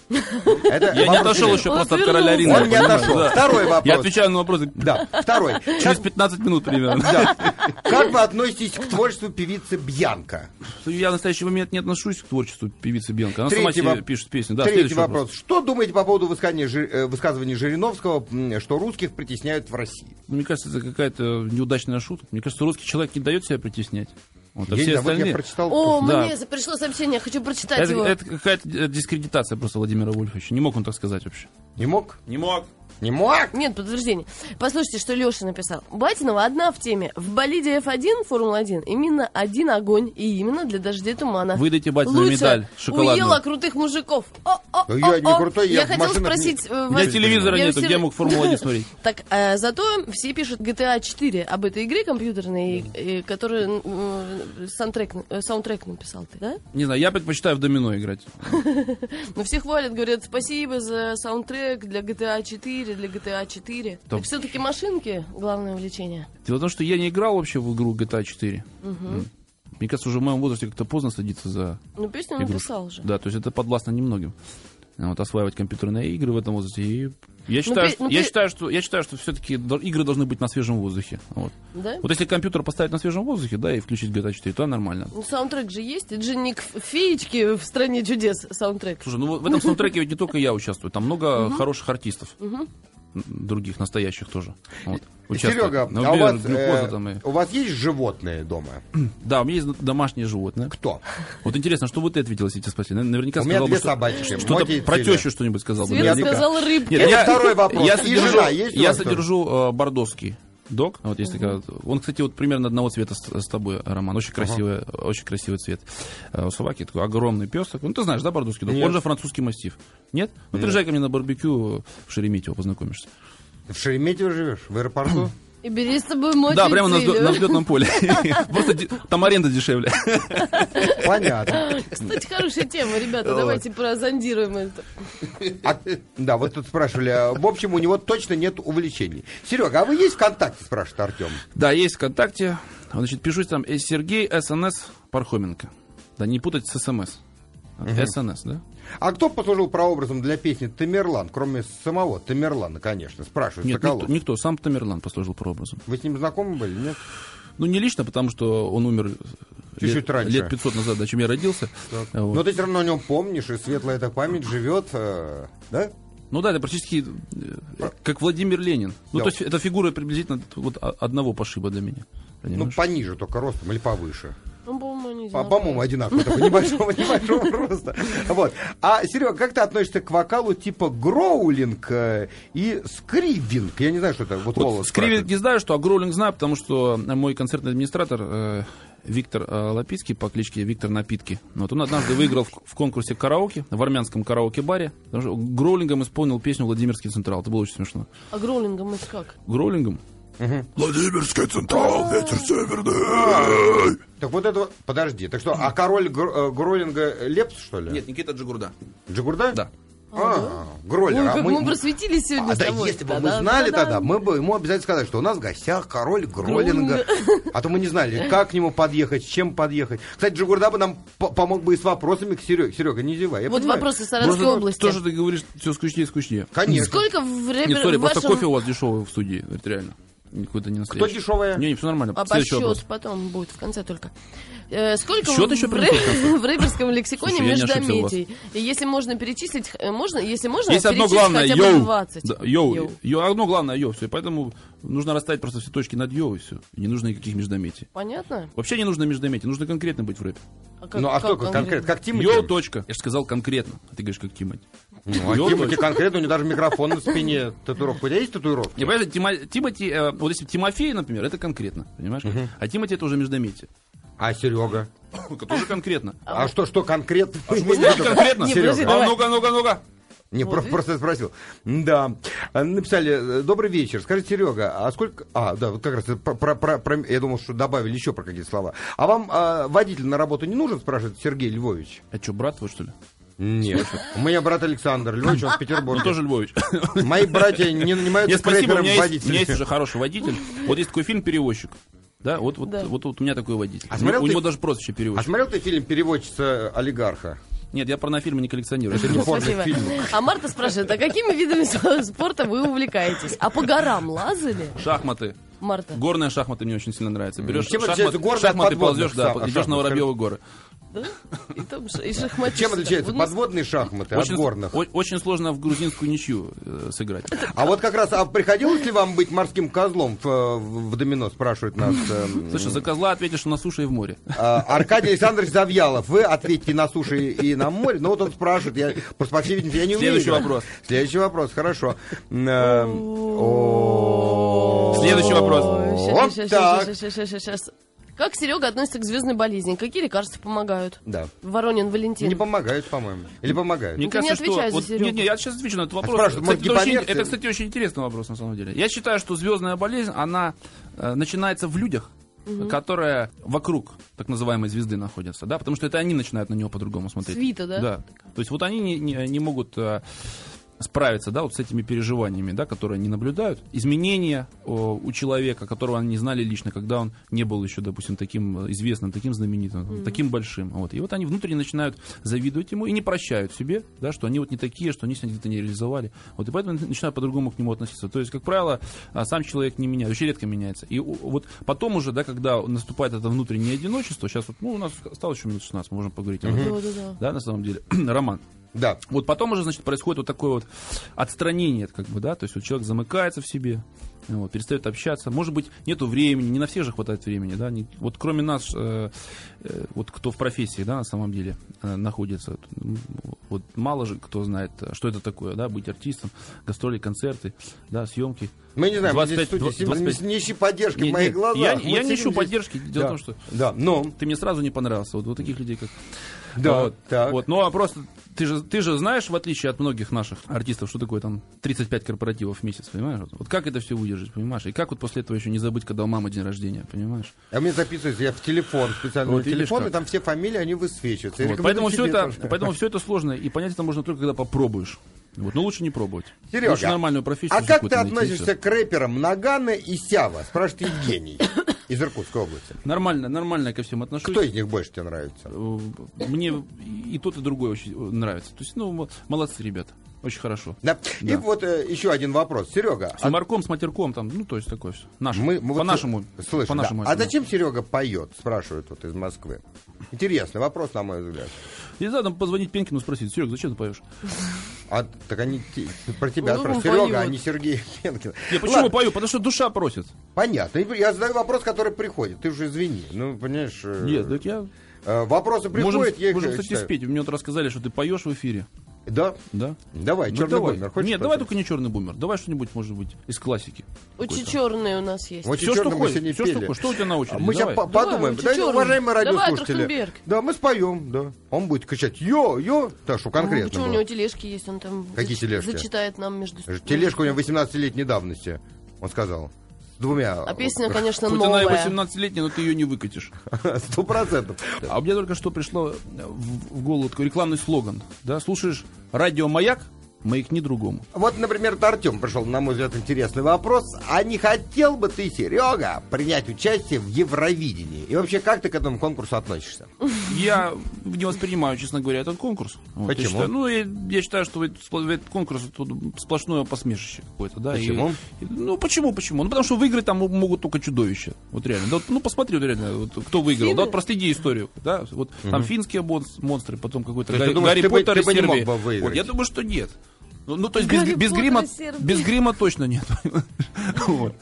Speaker 1: Это
Speaker 2: Я
Speaker 1: вопрос
Speaker 2: не отошел
Speaker 1: Серёжи.
Speaker 2: еще
Speaker 3: Он
Speaker 2: просто от
Speaker 3: вернулся.
Speaker 2: короля Ринга.
Speaker 1: Он не
Speaker 2: понимаешь,
Speaker 1: отошел.
Speaker 2: да.
Speaker 1: Второй вопрос.
Speaker 2: Я отвечаю на вопросы
Speaker 1: Да. Второй.
Speaker 2: через
Speaker 1: Как,
Speaker 2: 15 минут примерно.
Speaker 1: да. Как вы относитесь к творчеству певицы Бьянка?
Speaker 2: Я в настоящий момент не отношусь к творчеству певицы Бенка. Она сама
Speaker 1: Третий
Speaker 2: себе
Speaker 1: воп-
Speaker 2: пишет песни. Да,
Speaker 1: Третий
Speaker 2: следующий
Speaker 1: вопрос.
Speaker 2: вопрос.
Speaker 1: Что думаете по поводу высказания Жи- э, высказывания Жириновского, м, что русских притесняют в России?
Speaker 2: Мне кажется, это какая-то неудачная шутка. Мне кажется, русский человек не дает себя притеснять. Вот, а
Speaker 1: Я не
Speaker 2: все
Speaker 1: знаю, вот я
Speaker 2: остальные...
Speaker 1: прочитал.
Speaker 3: О,
Speaker 2: Да.
Speaker 3: мне за- пришло сообщение, я хочу прочитать
Speaker 2: Это,
Speaker 3: его.
Speaker 2: это какая-то э, дискредитация просто Владимира Вольфовича. Не мог он так сказать вообще.
Speaker 1: Не мог?
Speaker 2: Не мог.
Speaker 1: Не мог?
Speaker 3: Нет, подтверждение. Послушайте, что Леша написал. Батинова одна в теме. В болиде F1 Формула-1 именно один огонь и именно для дождей тумана.
Speaker 2: Выдайте Батину
Speaker 3: Лучше
Speaker 2: медаль шоколадную.
Speaker 3: уела крутых мужиков. О, о,
Speaker 1: Да я
Speaker 3: о,
Speaker 1: не
Speaker 3: о.
Speaker 1: крутой, я в
Speaker 3: хотел
Speaker 1: машинах не-
Speaker 3: спросить... э,
Speaker 2: У меня
Speaker 3: вас-
Speaker 2: телевизора
Speaker 3: Я
Speaker 2: нету,
Speaker 3: всегда-
Speaker 2: где я мог Формулу-1 смотреть?
Speaker 3: Так, э, зато все пишут GTA 4 об этой игре компьютерной, э, которую э, саундтрек, э, саундтрек написал ты, да?
Speaker 2: Не знаю, я предпочитаю в домино играть.
Speaker 3: Но все хвалят, говорят, спасибо за саундтрек для GTA 4, для GTA 4.
Speaker 2: Да.
Speaker 3: Так все-таки машинки главное увлечение.
Speaker 2: Дело в том, что я не играл вообще в игру GTA 4. М. Мне кажется, уже в моем возрасте как-то поздно садиться за
Speaker 3: Ну, песню
Speaker 2: игрушки.
Speaker 3: написал же.
Speaker 2: Да, то есть это подвластно немногим. А Вот осваивать компьютерные игры в этом возрасте. И я считаю,
Speaker 3: пе-
Speaker 2: что-
Speaker 3: ну,
Speaker 2: я
Speaker 3: пе-
Speaker 2: считаю, что я считаю, что все-таки игры должны быть на свежем воздухе. Вот.
Speaker 3: Да?
Speaker 2: вот если компьютер поставить на свежем воздухе, да, и включить GTA 4, то нормально.
Speaker 3: Ну, саундтрек же есть. Это же не к ф- феечке в стране чудес саундтрек.
Speaker 2: Слушай, ну в этом саундтреке ведь не только я участвую, там много хороших артистов. других, настоящих тоже. Вот, участвуют.
Speaker 1: Серега,
Speaker 2: Ну,
Speaker 1: а у
Speaker 2: блин,
Speaker 1: вас,
Speaker 2: глюкоза
Speaker 1: э,
Speaker 2: там и-
Speaker 1: у вас есть животные дома?
Speaker 2: Да, у меня есть домашнее животное.
Speaker 1: Кто?
Speaker 2: Вот интересно, что бы ты ответил, если тебя спросили? Наверняка
Speaker 1: У меня
Speaker 2: сказал
Speaker 1: две
Speaker 2: бы, что-
Speaker 1: собачки.
Speaker 2: что-то
Speaker 1: Моти и
Speaker 2: про
Speaker 1: Циля.
Speaker 2: тещу что-нибудь сказал бы.
Speaker 3: Свет
Speaker 2: наверняка.
Speaker 3: сказал рыбки.
Speaker 1: Нет, Это второй вопрос.
Speaker 2: Я
Speaker 1: И
Speaker 2: содержу,
Speaker 1: жена есть у
Speaker 2: я
Speaker 1: вас
Speaker 2: содержу э, бордовский дог. Вот есть такая вот. Он, кстати, вот примерно одного цвета с, с тобой, Роман. Очень красивый, очень красивый цвет. Э, У собаки такой огромный песок. Ну, ты знаешь, да, бордовский дог?
Speaker 1: Нет.
Speaker 2: Он же французский мастиф. Нет? Ну, приезжай ко мне на барбекю в Шереметьево, познакомишься.
Speaker 1: В Шереметьево живешь? В аэропорту?
Speaker 3: И бери с тобой мочи
Speaker 2: да, прямо на,
Speaker 3: и
Speaker 2: взлё-
Speaker 3: цилю.
Speaker 2: на взлетном поле. Просто де- там аренда дешевле.
Speaker 1: Понятно.
Speaker 3: Кстати, хорошая тема, ребята, давайте прозондируем это.
Speaker 1: А- да, вот тут спрашивали. а, В общем, у него точно нет увлечений. Серега, а вы есть ВКонтакте, спрашивает Артем.
Speaker 2: Да, есть ВКонтакте. Значит, пишусь там э, Сергей СНС Пархоменко. Да не путать с СМС. СНС, да?
Speaker 1: А кто послужил прообразом для песни Тамерлан, кроме самого Тамерлана, конечно, спрашивает
Speaker 2: Нет,
Speaker 1: Соколов.
Speaker 2: никто, никто. Сам Тамерлан послужил прообразом.
Speaker 1: Вы с ним знакомы были, нет?
Speaker 2: Ну, не лично, потому что он умер
Speaker 1: Чуть-чуть
Speaker 2: лет,
Speaker 1: раньше. Ну,
Speaker 2: лет 500 назад, да, чем я родился. А Вот.
Speaker 1: Но ты все равно о нем помнишь, и светлая эта память живет, э, да?
Speaker 2: Ну да, это практически э, как Владимир Ленин. Ну,
Speaker 1: Да.
Speaker 2: то есть эта фигура приблизительно вот о- одного пошиба для меня.
Speaker 1: Ну,
Speaker 2: Понимаешь?
Speaker 1: пониже только ростом или повыше.
Speaker 3: Ну, по-моему, они
Speaker 1: По- А,
Speaker 3: одинаковые.
Speaker 1: По-моему, одинаково, такой небольшого, небольшого роста. Вот. А, Серега, как ты относишься к вокалу типа гроулинг э, и скривинг? Я не знаю, что это. Вот,
Speaker 2: Вот
Speaker 1: Вова
Speaker 2: Скривит
Speaker 1: спрашивает.
Speaker 2: не знаю, что, а Гроулинг знаю, потому что мой концертный администратор э, Виктор э, Лапицкий по кличке Виктор Напитки. Вот он однажды выиграл в, в конкурсе караоке, в армянском караоке-баре. потому что Гроулингом исполнил песню «Владимирский Централ». Это было очень смешно.
Speaker 3: А гроулингом это как?
Speaker 2: Гроулингом? Владимирский Централ, ветер северный.
Speaker 1: Так вот это вот- Подожди, так что, а король гр- э, гроулинга Лепс, что ли?
Speaker 2: Нет, Никита Джигурда.
Speaker 1: Джигурда?
Speaker 2: Да.
Speaker 1: А, гроллер.
Speaker 3: Ой,
Speaker 1: а
Speaker 3: как
Speaker 1: мы-
Speaker 3: мы просветились сегодня
Speaker 1: А,
Speaker 3: с
Speaker 1: да,
Speaker 3: тобой.
Speaker 1: если бы мы
Speaker 3: Да-да,
Speaker 1: знали
Speaker 3: да-да.
Speaker 1: тогда, мы бы ему обязательно сказали, что у нас в гостях король Гроллинга. А то мы не знали, как к нему подъехать, с чем подъехать. Кстати, Джигурда бы нам по- помог бы и с вопросами к Сереге. Серега, не зевай. я
Speaker 3: Вот
Speaker 1: понимаю.
Speaker 3: вопросы Саратовской области.
Speaker 2: То, что ты говоришь, все скучнее и скучнее.
Speaker 1: Конечно.
Speaker 3: Сколько в репер-
Speaker 2: Нет, сори,
Speaker 3: в
Speaker 2: просто
Speaker 3: вашем-
Speaker 2: кофе у вас дешевый в студии, вот реально. Какой-то не настоящий.
Speaker 1: Кто дешевая?
Speaker 2: Не, не, все нормально.
Speaker 3: А по
Speaker 2: Следующий
Speaker 3: счету
Speaker 2: вопрос.
Speaker 3: потом будет, в конце только. Э, сколько
Speaker 2: Счет
Speaker 3: в,
Speaker 2: еще
Speaker 3: в
Speaker 2: принесут в
Speaker 3: рэ- в рэперском лексиконе
Speaker 2: Слушай, я не ошибся у вас.
Speaker 3: междометий? И если можно перечислить, э, можно, если можно,
Speaker 2: Есть одно
Speaker 3: перечислить
Speaker 2: главное,
Speaker 3: хотя бы
Speaker 2: йоу.
Speaker 3: 20.
Speaker 2: Да, йоу. Йоу, Одно главное, йоу. Все, поэтому нужно расставить просто все точки над йоу и все. Не нужно никаких междометий.
Speaker 3: Понятно?
Speaker 2: Вообще не нужно междометий, нужно конкретно быть в рэпе.
Speaker 3: А как-
Speaker 1: Ну, а
Speaker 3: как
Speaker 1: кто конкретно? Как Тимати?
Speaker 2: Йоу, точка. Я же сказал конкретно. А ты говоришь, как Тимати.
Speaker 1: Ну, а
Speaker 2: Йоу,
Speaker 1: Тимати
Speaker 2: точка.
Speaker 1: конкретно, у него даже микрофон на спине, татуировка. У тебя есть татуировка?
Speaker 2: Не, понимаешь, Тима- Тимати, э, вот если Тимофей, например, это конкретно, понимаешь? как? А Тимати это уже междометие.
Speaker 1: А Серега?
Speaker 2: Это тоже конкретно.
Speaker 1: А что, что конкретно?
Speaker 2: А Конкретно.
Speaker 3: Не,
Speaker 1: Серега.
Speaker 3: подожди,
Speaker 2: А
Speaker 3: давай.
Speaker 2: ну-ка, ну-ка, ну-ка.
Speaker 1: Не, про- просто спросил. Да. Написали, э, добрый вечер. Скажите, Серега, а сколько... А, да, вот как раз про, про- про- про- Я думал, что добавили еще про какие-то слова. А вам а, водитель на работу не нужен, спрашивает Сергей Львович?
Speaker 2: А что, брат твой, что ли?
Speaker 1: Нет. У меня брат Александр Львович, он в
Speaker 2: Он
Speaker 1: Петербурге.
Speaker 2: Ну, тоже Львович.
Speaker 1: Мои братья не нанимаются
Speaker 2: Нет, спасибо, у
Speaker 1: рэпером
Speaker 2: меня есть, у меня есть
Speaker 1: водителя.
Speaker 2: уже хороший водитель. Вот есть такой фильм «Перевозчик». Да, вот, вот,
Speaker 3: Да.
Speaker 2: вот, вот у меня такой водитель.
Speaker 1: А
Speaker 2: у
Speaker 1: смотрел
Speaker 2: него- у
Speaker 1: ты-
Speaker 2: него даже прозвище
Speaker 1: А
Speaker 2: перевозчик.
Speaker 1: смотрел ты фильм «Переводчица олигарха»?
Speaker 2: Нет, я порнофильмы не коллекционирую.
Speaker 1: Это не порно,
Speaker 3: Спасибо.
Speaker 1: фильм.
Speaker 3: А Марта спрашивает, а какими видами с- спорта вы увлекаетесь? А по горам лазали,
Speaker 2: Шахматы.
Speaker 3: Марта?
Speaker 2: Горные шахматы мне очень сильно нравятся. Берешь
Speaker 1: Чем
Speaker 2: шахмат-
Speaker 1: отличается горные от
Speaker 2: шахматы
Speaker 1: подводных А
Speaker 2: ползешь, да,
Speaker 1: шахмат?
Speaker 2: идешь на Воробьевы горы.
Speaker 3: Да? И, там ш- и шахматисты.
Speaker 1: Чем отличаются
Speaker 3: У нас-
Speaker 1: подводные шахматы
Speaker 2: Очень,
Speaker 1: А от горных?
Speaker 2: о- очень сложно в грузинскую ничью э, сыграть.
Speaker 1: А вот как раз, а приходилось ли вам быть морским козлом в, э, в домино, спрашивает нас эм,
Speaker 2: Слушай, за козла ответишь на суше и в море.
Speaker 1: э, Аркадий Александрович Завьялов. Вы ответьте на суше и на море. Ну вот он спрашивает, я, просто, по всей видимости, я не уверен.
Speaker 2: Следующий вопрос.
Speaker 1: Следующий вопрос, хорошо. М, эм, о.
Speaker 2: Следующий вопрос.
Speaker 3: Ой, щас,
Speaker 1: Вот
Speaker 3: щас, щас,
Speaker 1: так.
Speaker 3: щас, щас, щас, щас, щас. Как Серега относится к звездной болезни? Какие лекарства помогают?
Speaker 1: Да.
Speaker 3: Воронин Валентин.
Speaker 1: Не помогают, по-моему. Или помогают?
Speaker 2: Мне
Speaker 3: Ты Ну, не
Speaker 2: кажется, что...
Speaker 3: отвечай за
Speaker 2: вот-
Speaker 3: Серегу.
Speaker 2: нет, нет, я сейчас отвечу на этот вопрос.
Speaker 1: спрашивают,
Speaker 2: Кстати,
Speaker 1: может,
Speaker 2: это, очень,
Speaker 1: гиповерсия?
Speaker 2: это, кстати, очень интересный вопрос, на самом деле. Я считаю, что звездная болезнь, она э, начинается в людях, которые вокруг так называемой звезды находятся, да, потому что это они начинают на нее по-другому смотреть.
Speaker 3: Свита, да?
Speaker 2: Да. То есть вот они не, не- не могут э, справиться, да, вот с этими переживаниями, да, которые они наблюдают, изменения о, у человека, которого они не знали лично, когда он не был еще, допустим, таким э, известным, таким знаменитым, таким большим, вот. И вот они внутренне начинают завидовать ему и не прощают себе, да, что они вот не такие, что они себя где-то не реализовали, вот. И поэтому они начинают по-другому к нему относиться. То есть, как правило, а, сам человек не меняется, очень редко меняется. И у- вот потом уже, да, когда наступает это внутреннее одиночество, сейчас вот, ну, у нас осталось еще минут 16, мы можем поговорить об этом.
Speaker 3: Да-да-да.
Speaker 2: Да, на самом деле. Роман,
Speaker 1: Да.
Speaker 2: Вот потом уже, значит, происходит вот такое вот отстранение, как бы, да, то есть вот человек замыкается в себе, вот, перестает общаться. Может быть, нету времени, не на всех же хватает времени, да, не- вот кроме нас, э, э, вот кто в профессии, да, на самом деле э, находится, вот, м, вот мало же кто знает, э, что это такое, да, быть артистом, гастроли, концерты, да, съемки.
Speaker 1: Мы не знаем, мы
Speaker 2: 25,
Speaker 1: здесь в студии
Speaker 2: 25.
Speaker 1: сидим, не ищи поддержки
Speaker 2: Не,
Speaker 1: в моих
Speaker 2: не,
Speaker 1: глазах.
Speaker 2: я-
Speaker 1: Мы
Speaker 2: я не
Speaker 1: сидим
Speaker 2: ищу
Speaker 1: здесь.
Speaker 2: поддержки, дело
Speaker 1: Да.
Speaker 2: в том, что-
Speaker 1: Да, ну,
Speaker 2: Ты мне сразу не понравился, вот, вот таких людей, как
Speaker 1: да,
Speaker 2: вот,
Speaker 1: так.
Speaker 2: вот. Ну а просто ты же, ты же знаешь, в отличие от многих наших артистов, что такое там 35 корпоративов в месяц, понимаешь? Вот, вот как это все выдержать, понимаешь? И как вот после этого еще не забыть, когда у мамы день рождения, понимаешь?
Speaker 1: А мне записывается, я в телефон, в специальный
Speaker 2: Вот, видишь
Speaker 1: телефон, и
Speaker 2: как.
Speaker 1: там все фамилии, они высвечиваются. Я
Speaker 2: Вот,
Speaker 1: рекомендую
Speaker 2: Поэтому, все
Speaker 1: себе
Speaker 2: это,
Speaker 1: тоже. А
Speaker 2: поэтому все это сложно, и понять это можно только когда попробуешь. Вот, но лучше не пробовать.
Speaker 1: Серёга,
Speaker 2: лучше нормальную профессию.
Speaker 1: А как ты
Speaker 2: какую-то найти, и
Speaker 1: относишься к рэперам Нагана и Сява? Спрашивает Евгений из Иркутской области.
Speaker 2: всё. Нормально, нормально ко всем отношусь.
Speaker 1: Кто из них больше тебе нравится?
Speaker 2: Э, Мне и тот, и другой очень э, нравится. То есть, ну, м- молодцы, ребята. Очень хорошо.
Speaker 1: Да. И
Speaker 2: Да.
Speaker 1: вот э, еще один вопрос. Серега,
Speaker 2: С марком, с матерком, там, ну, то есть такое все.
Speaker 1: мы, мы вот
Speaker 2: по-нашему.
Speaker 1: с- слышим,
Speaker 2: по-нашему
Speaker 1: да. А
Speaker 2: этому.
Speaker 1: зачем Серега поет? Спрашивают вот из Москвы. Интересный вопрос, на мой взгляд.
Speaker 2: Не знаю, там позвонить Пенкину спросить, Серег, зачем ты поешь?
Speaker 1: А, так они те- про тебя
Speaker 3: Ну,
Speaker 1: спрашивают.
Speaker 3: он
Speaker 1: Серега,
Speaker 3: поет.
Speaker 1: а не Сергей Пенкин.
Speaker 2: Я почему
Speaker 1: Ладно,
Speaker 2: пою? Потому что душа просит.
Speaker 1: Понятно. И Я задаю вопрос, который приходит. Ты уже извини. Ну, понимаешь... э,
Speaker 2: Нет, так я...
Speaker 1: э, Вопросы
Speaker 2: Можем,
Speaker 1: приходят, я их
Speaker 2: можем,
Speaker 1: э,
Speaker 2: кстати,
Speaker 1: читаю.
Speaker 2: спеть. Вы мне вот рассказали, что ты поешь в эфире.
Speaker 1: Да?
Speaker 2: Да?
Speaker 1: Давай,
Speaker 2: Ну,
Speaker 1: черный
Speaker 2: давай.
Speaker 1: бумер. Хочешь
Speaker 2: Нет, давай
Speaker 1: что-то?
Speaker 2: только не черный бумер. Давай что-нибудь, может быть, из классики.
Speaker 3: Очень черные у нас есть.
Speaker 1: Вот
Speaker 2: Всё,
Speaker 1: чёрт,
Speaker 2: что
Speaker 1: мы
Speaker 2: хочешь,
Speaker 1: сегодня
Speaker 2: всё,
Speaker 1: пели.
Speaker 2: что хочешь. Что у тебя на очереди?
Speaker 1: Мы сейчас
Speaker 2: Давай.
Speaker 1: по-
Speaker 3: Давай,
Speaker 1: подумаем.
Speaker 3: Лучи
Speaker 1: Да, ну,
Speaker 3: Чёрный.
Speaker 1: уважаемые
Speaker 3: Давай,
Speaker 1: радиослушатели.
Speaker 3: Трахтенберг.
Speaker 1: Да, мы споем, да. Он будет кричать «Йо-йо!» Да, что
Speaker 3: Ну,
Speaker 1: конкретно
Speaker 3: почему у
Speaker 1: было.
Speaker 3: него тележки есть? Он там
Speaker 1: Какие
Speaker 3: зач-
Speaker 1: тележки? Э,
Speaker 3: зачитает нам между
Speaker 1: Ж- Тележка у него 18-летней давности, он сказал. С двумя...
Speaker 3: А песня, конечно,
Speaker 2: Хоть она и
Speaker 3: новая.
Speaker 2: 18-летняя, но ты ее не выкатишь.
Speaker 1: Сто процентов.
Speaker 2: А мне только что пришло в, в голову такой рекламный слоган. Да, слушаешь радио «Маяк», «Маякни другому».
Speaker 1: Вот, например, Артем пришел, на мой взгляд, интересный вопрос. А не хотел бы ты, Серега, принять участие в Евровидении? И вообще, как ты к этому конкурсу относишься?
Speaker 2: Я не воспринимаю, честно говоря, этот конкурс. Вот, я
Speaker 1: Почему?
Speaker 2: считаю- ну, я, я считаю, что это спла- этот конкурс тут сплошное посмешище какое-то, да. и-
Speaker 1: Почему?
Speaker 2: и- ну, почему, почему? Ну, потому что выиграть там м- могут только чудовища. Вот реально. Да вот, ну, посмотри, вот реально, вот кто выиграл.
Speaker 3: Финны?
Speaker 2: Да, вот проследи историю. Да? Вот там финские монс- монстры, потом какой-то
Speaker 1: То есть
Speaker 2: Гарри,
Speaker 1: ты думаешь,
Speaker 2: Гарри
Speaker 1: ты бы-
Speaker 2: Поттер
Speaker 1: ты
Speaker 2: из
Speaker 1: бы не мог
Speaker 2: Сербии.
Speaker 1: бы выиграть?
Speaker 2: Вот, я думаю, что нет. Ну, ну, то есть без,
Speaker 3: Гарри
Speaker 2: без
Speaker 3: Поттер
Speaker 2: грима,
Speaker 3: из Сербии.
Speaker 2: без грима точно нет. Вот.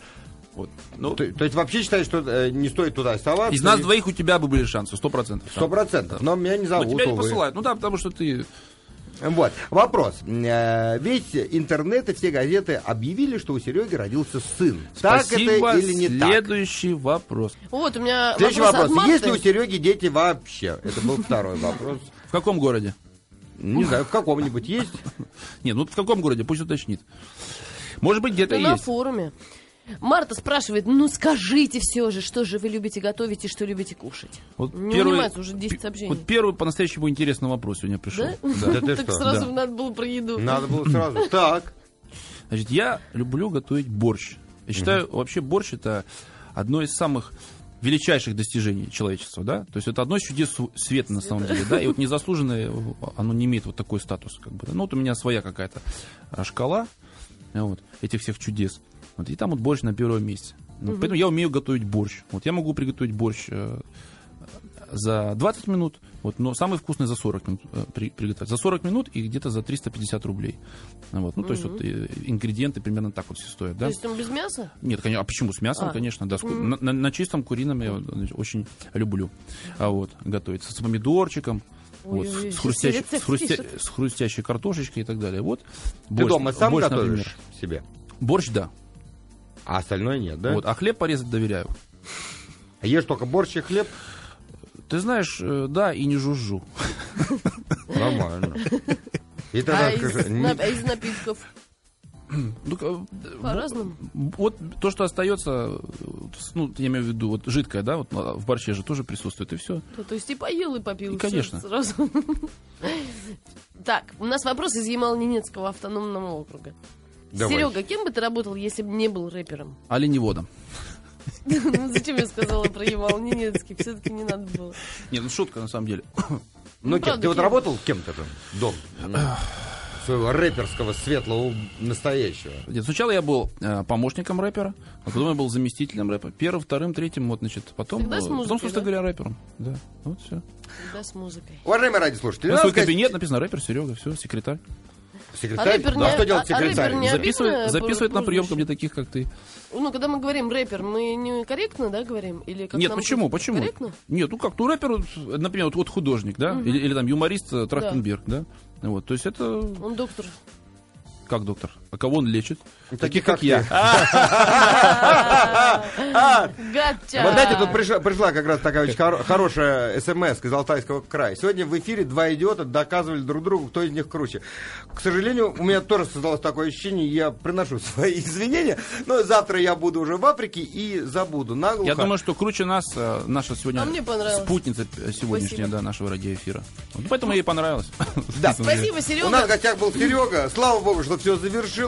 Speaker 2: Вот. Ну,
Speaker 1: То, то есть вообще считаешь, что э, не стоит туда оставаться?
Speaker 2: из нас
Speaker 1: И-
Speaker 2: двоих у тебя бы были шансы, сто процентов.
Speaker 1: Сто процентов. Но меня не
Speaker 2: Но
Speaker 1: зовут,
Speaker 2: тебя не
Speaker 1: увы.
Speaker 2: посылают. Ну да, потому что ты
Speaker 1: Вот. Вопрос. Э, Весь интернет и все газеты объявили, что у Сереги родился сын.
Speaker 2: Спасибо.
Speaker 1: Так это или не так?
Speaker 2: Следующий вопрос.
Speaker 3: Вот, у меня
Speaker 1: Следующий
Speaker 3: вопрос
Speaker 1: вопрос.
Speaker 3: от Марты.
Speaker 1: Есть ли у Сереги дети вообще? Это был второй вопрос.
Speaker 2: В каком городе?
Speaker 1: Не знаю, в каком-нибудь есть?
Speaker 2: Нет, ну в каком городе? Пусть уточнит. Может быть, где-то
Speaker 3: Ну, на
Speaker 2: есть.
Speaker 3: форуме. Марта спрашивает, ну скажите все же, что же вы любите готовить и что любите кушать?
Speaker 2: Вот
Speaker 3: Не унимается, уже 10
Speaker 2: пе-
Speaker 3: сообщений.
Speaker 2: Вот первый по-настоящему интересный вопрос сегодня пришел.
Speaker 3: Да? Ну,
Speaker 1: Да ты
Speaker 3: так
Speaker 1: что?
Speaker 3: сразу
Speaker 2: Да.
Speaker 3: надо было про еду.
Speaker 1: Надо было сразу. Так.
Speaker 2: Значит, я люблю готовить борщ. Я считаю, вообще борщ это одно из самых величайших достижений человечества, да? То есть это одно из чудес су- света на самом деле, да? И вот незаслуженное, э, оно не имеет вот такой статус, как бы. да. Ну вот у меня своя какая-то а, шкала а, вот, этих всех чудес. Вот, и там вот борщ на первом месте. Вот, Поэтому я умею готовить борщ. Вот я могу приготовить борщ э, за 20 минут, вот, но самый вкусный за 40 минут э, при- приготовить. За 40 минут и где-то за 350 рублей. Ну Вот, ну, то есть вот э, ингредиенты примерно так вот все стоят, да?
Speaker 3: То есть он без мяса?
Speaker 2: Нет, конечно, а почему? С мясом,
Speaker 3: А.
Speaker 2: конечно, да. с ку- На, на- на чистом курином я значит, очень люблю а, вот, готовить. С помидорчиком,
Speaker 3: Ой,
Speaker 2: вот, с-
Speaker 3: ой, ой,
Speaker 2: с,
Speaker 3: щас
Speaker 2: хрустящей,
Speaker 3: рецепт
Speaker 2: с хрустя-
Speaker 3: пишет.
Speaker 2: с хрустящей картошечкой и так далее. Вот,
Speaker 1: Ты
Speaker 2: борщ,
Speaker 1: дома сам
Speaker 2: борщ,
Speaker 1: готовишь
Speaker 2: например.
Speaker 1: себе?
Speaker 2: Борщ, да.
Speaker 1: А остальное нет, да?
Speaker 2: Вот, а хлеб порезать доверяю.
Speaker 1: Ешь только борщ и хлеб?
Speaker 2: Ты знаешь, э, да, и не жужжу.
Speaker 1: Нормально. И
Speaker 3: А
Speaker 1: тогда
Speaker 3: из,
Speaker 1: скажи,
Speaker 3: на-
Speaker 1: не-
Speaker 3: а из напитков
Speaker 2: Ну, к-
Speaker 3: по-разному?
Speaker 2: Вот то, что остается, ну, я имею в виду, вот жидкое, да, вот а, в борще же тоже присутствует, и все.
Speaker 3: Ну, То, то есть и поел, и попил.
Speaker 2: И,
Speaker 3: всё
Speaker 2: конечно.
Speaker 3: Сразу. Так, у нас вопрос из Ямал-Ненецкого автономного округа.
Speaker 1: Давай.
Speaker 3: Серега, кем бы ты работал, если бы не был рэпером?
Speaker 2: А Оленеводом.
Speaker 3: Ну, Зачем я сказала про Ямал-Ненецкий? Все-таки не надо было.
Speaker 2: Нет, ну шутка на самом деле.
Speaker 1: Ну, кем?
Speaker 3: правда,
Speaker 1: Ты вот
Speaker 3: кем?
Speaker 1: работал кем-то же? Дом. своего рэперского, светлого, настоящего.
Speaker 2: Нет, сначала я был э, помощником рэпера, а потом я был заместителем рэпера. Первым, вторым, третьим, вот, значит, потом...
Speaker 3: Всегда с
Speaker 2: э, потом,
Speaker 3: музыкой,
Speaker 2: собственно
Speaker 3: да?
Speaker 2: говоря, рэпером. Да, вот все.
Speaker 3: Да, с музыкой.
Speaker 1: Уважаемые радиослушатели, у
Speaker 2: На
Speaker 1: нас
Speaker 2: свой
Speaker 1: в гостях-
Speaker 2: кабинет написано рэпер Серега, все, секретарь.
Speaker 1: Секретарь?
Speaker 3: А рэпер
Speaker 1: Да,
Speaker 3: не-
Speaker 1: что делать
Speaker 3: а- а рэпер
Speaker 1: секретарь?
Speaker 3: не- обидно
Speaker 2: Записывает,
Speaker 3: было
Speaker 2: записывает на прием ко
Speaker 3: прозвище?
Speaker 2: мне таких, как ты.
Speaker 3: Ну, когда мы говорим рэпер, мы некорректно, да, говорим? Или как
Speaker 2: Нет,
Speaker 3: нам
Speaker 2: почему?
Speaker 3: будет?
Speaker 2: Почему?
Speaker 3: Корректно?
Speaker 2: Нет, ну как, ну рэпер, например, вот, вот художник, да, или, или там юморист э, Трахтенберг, да. Вот, то есть это
Speaker 3: Он доктор.
Speaker 2: как доктор? А кого он лечит?
Speaker 1: таких, Ну, как
Speaker 2: я.
Speaker 1: ты.
Speaker 2: А,
Speaker 3: Гатча!
Speaker 1: Вот знаете, тут пришла, пришла как раз такая очень хоро- хорошая смс из Алтайского края. Сегодня в эфире два идиота доказывали друг другу, кто из них круче. К сожалению, у меня тоже создалось такое ощущение, я приношу свои извинения, но завтра я буду уже в Африке и забуду наглухо.
Speaker 2: я думаю, что круче нас э, наша сегодня
Speaker 3: А мне понравилось.
Speaker 2: спутница э, сегодняшняя,
Speaker 3: Спасибо.
Speaker 2: да, нашего радиоэфира. Вот поэтому ей понравилось.
Speaker 1: Да.
Speaker 2: На самом деле.
Speaker 3: Спасибо,
Speaker 1: У нас в
Speaker 3: Серега.
Speaker 1: гостях был Серега. Слава богу, что все завершилось.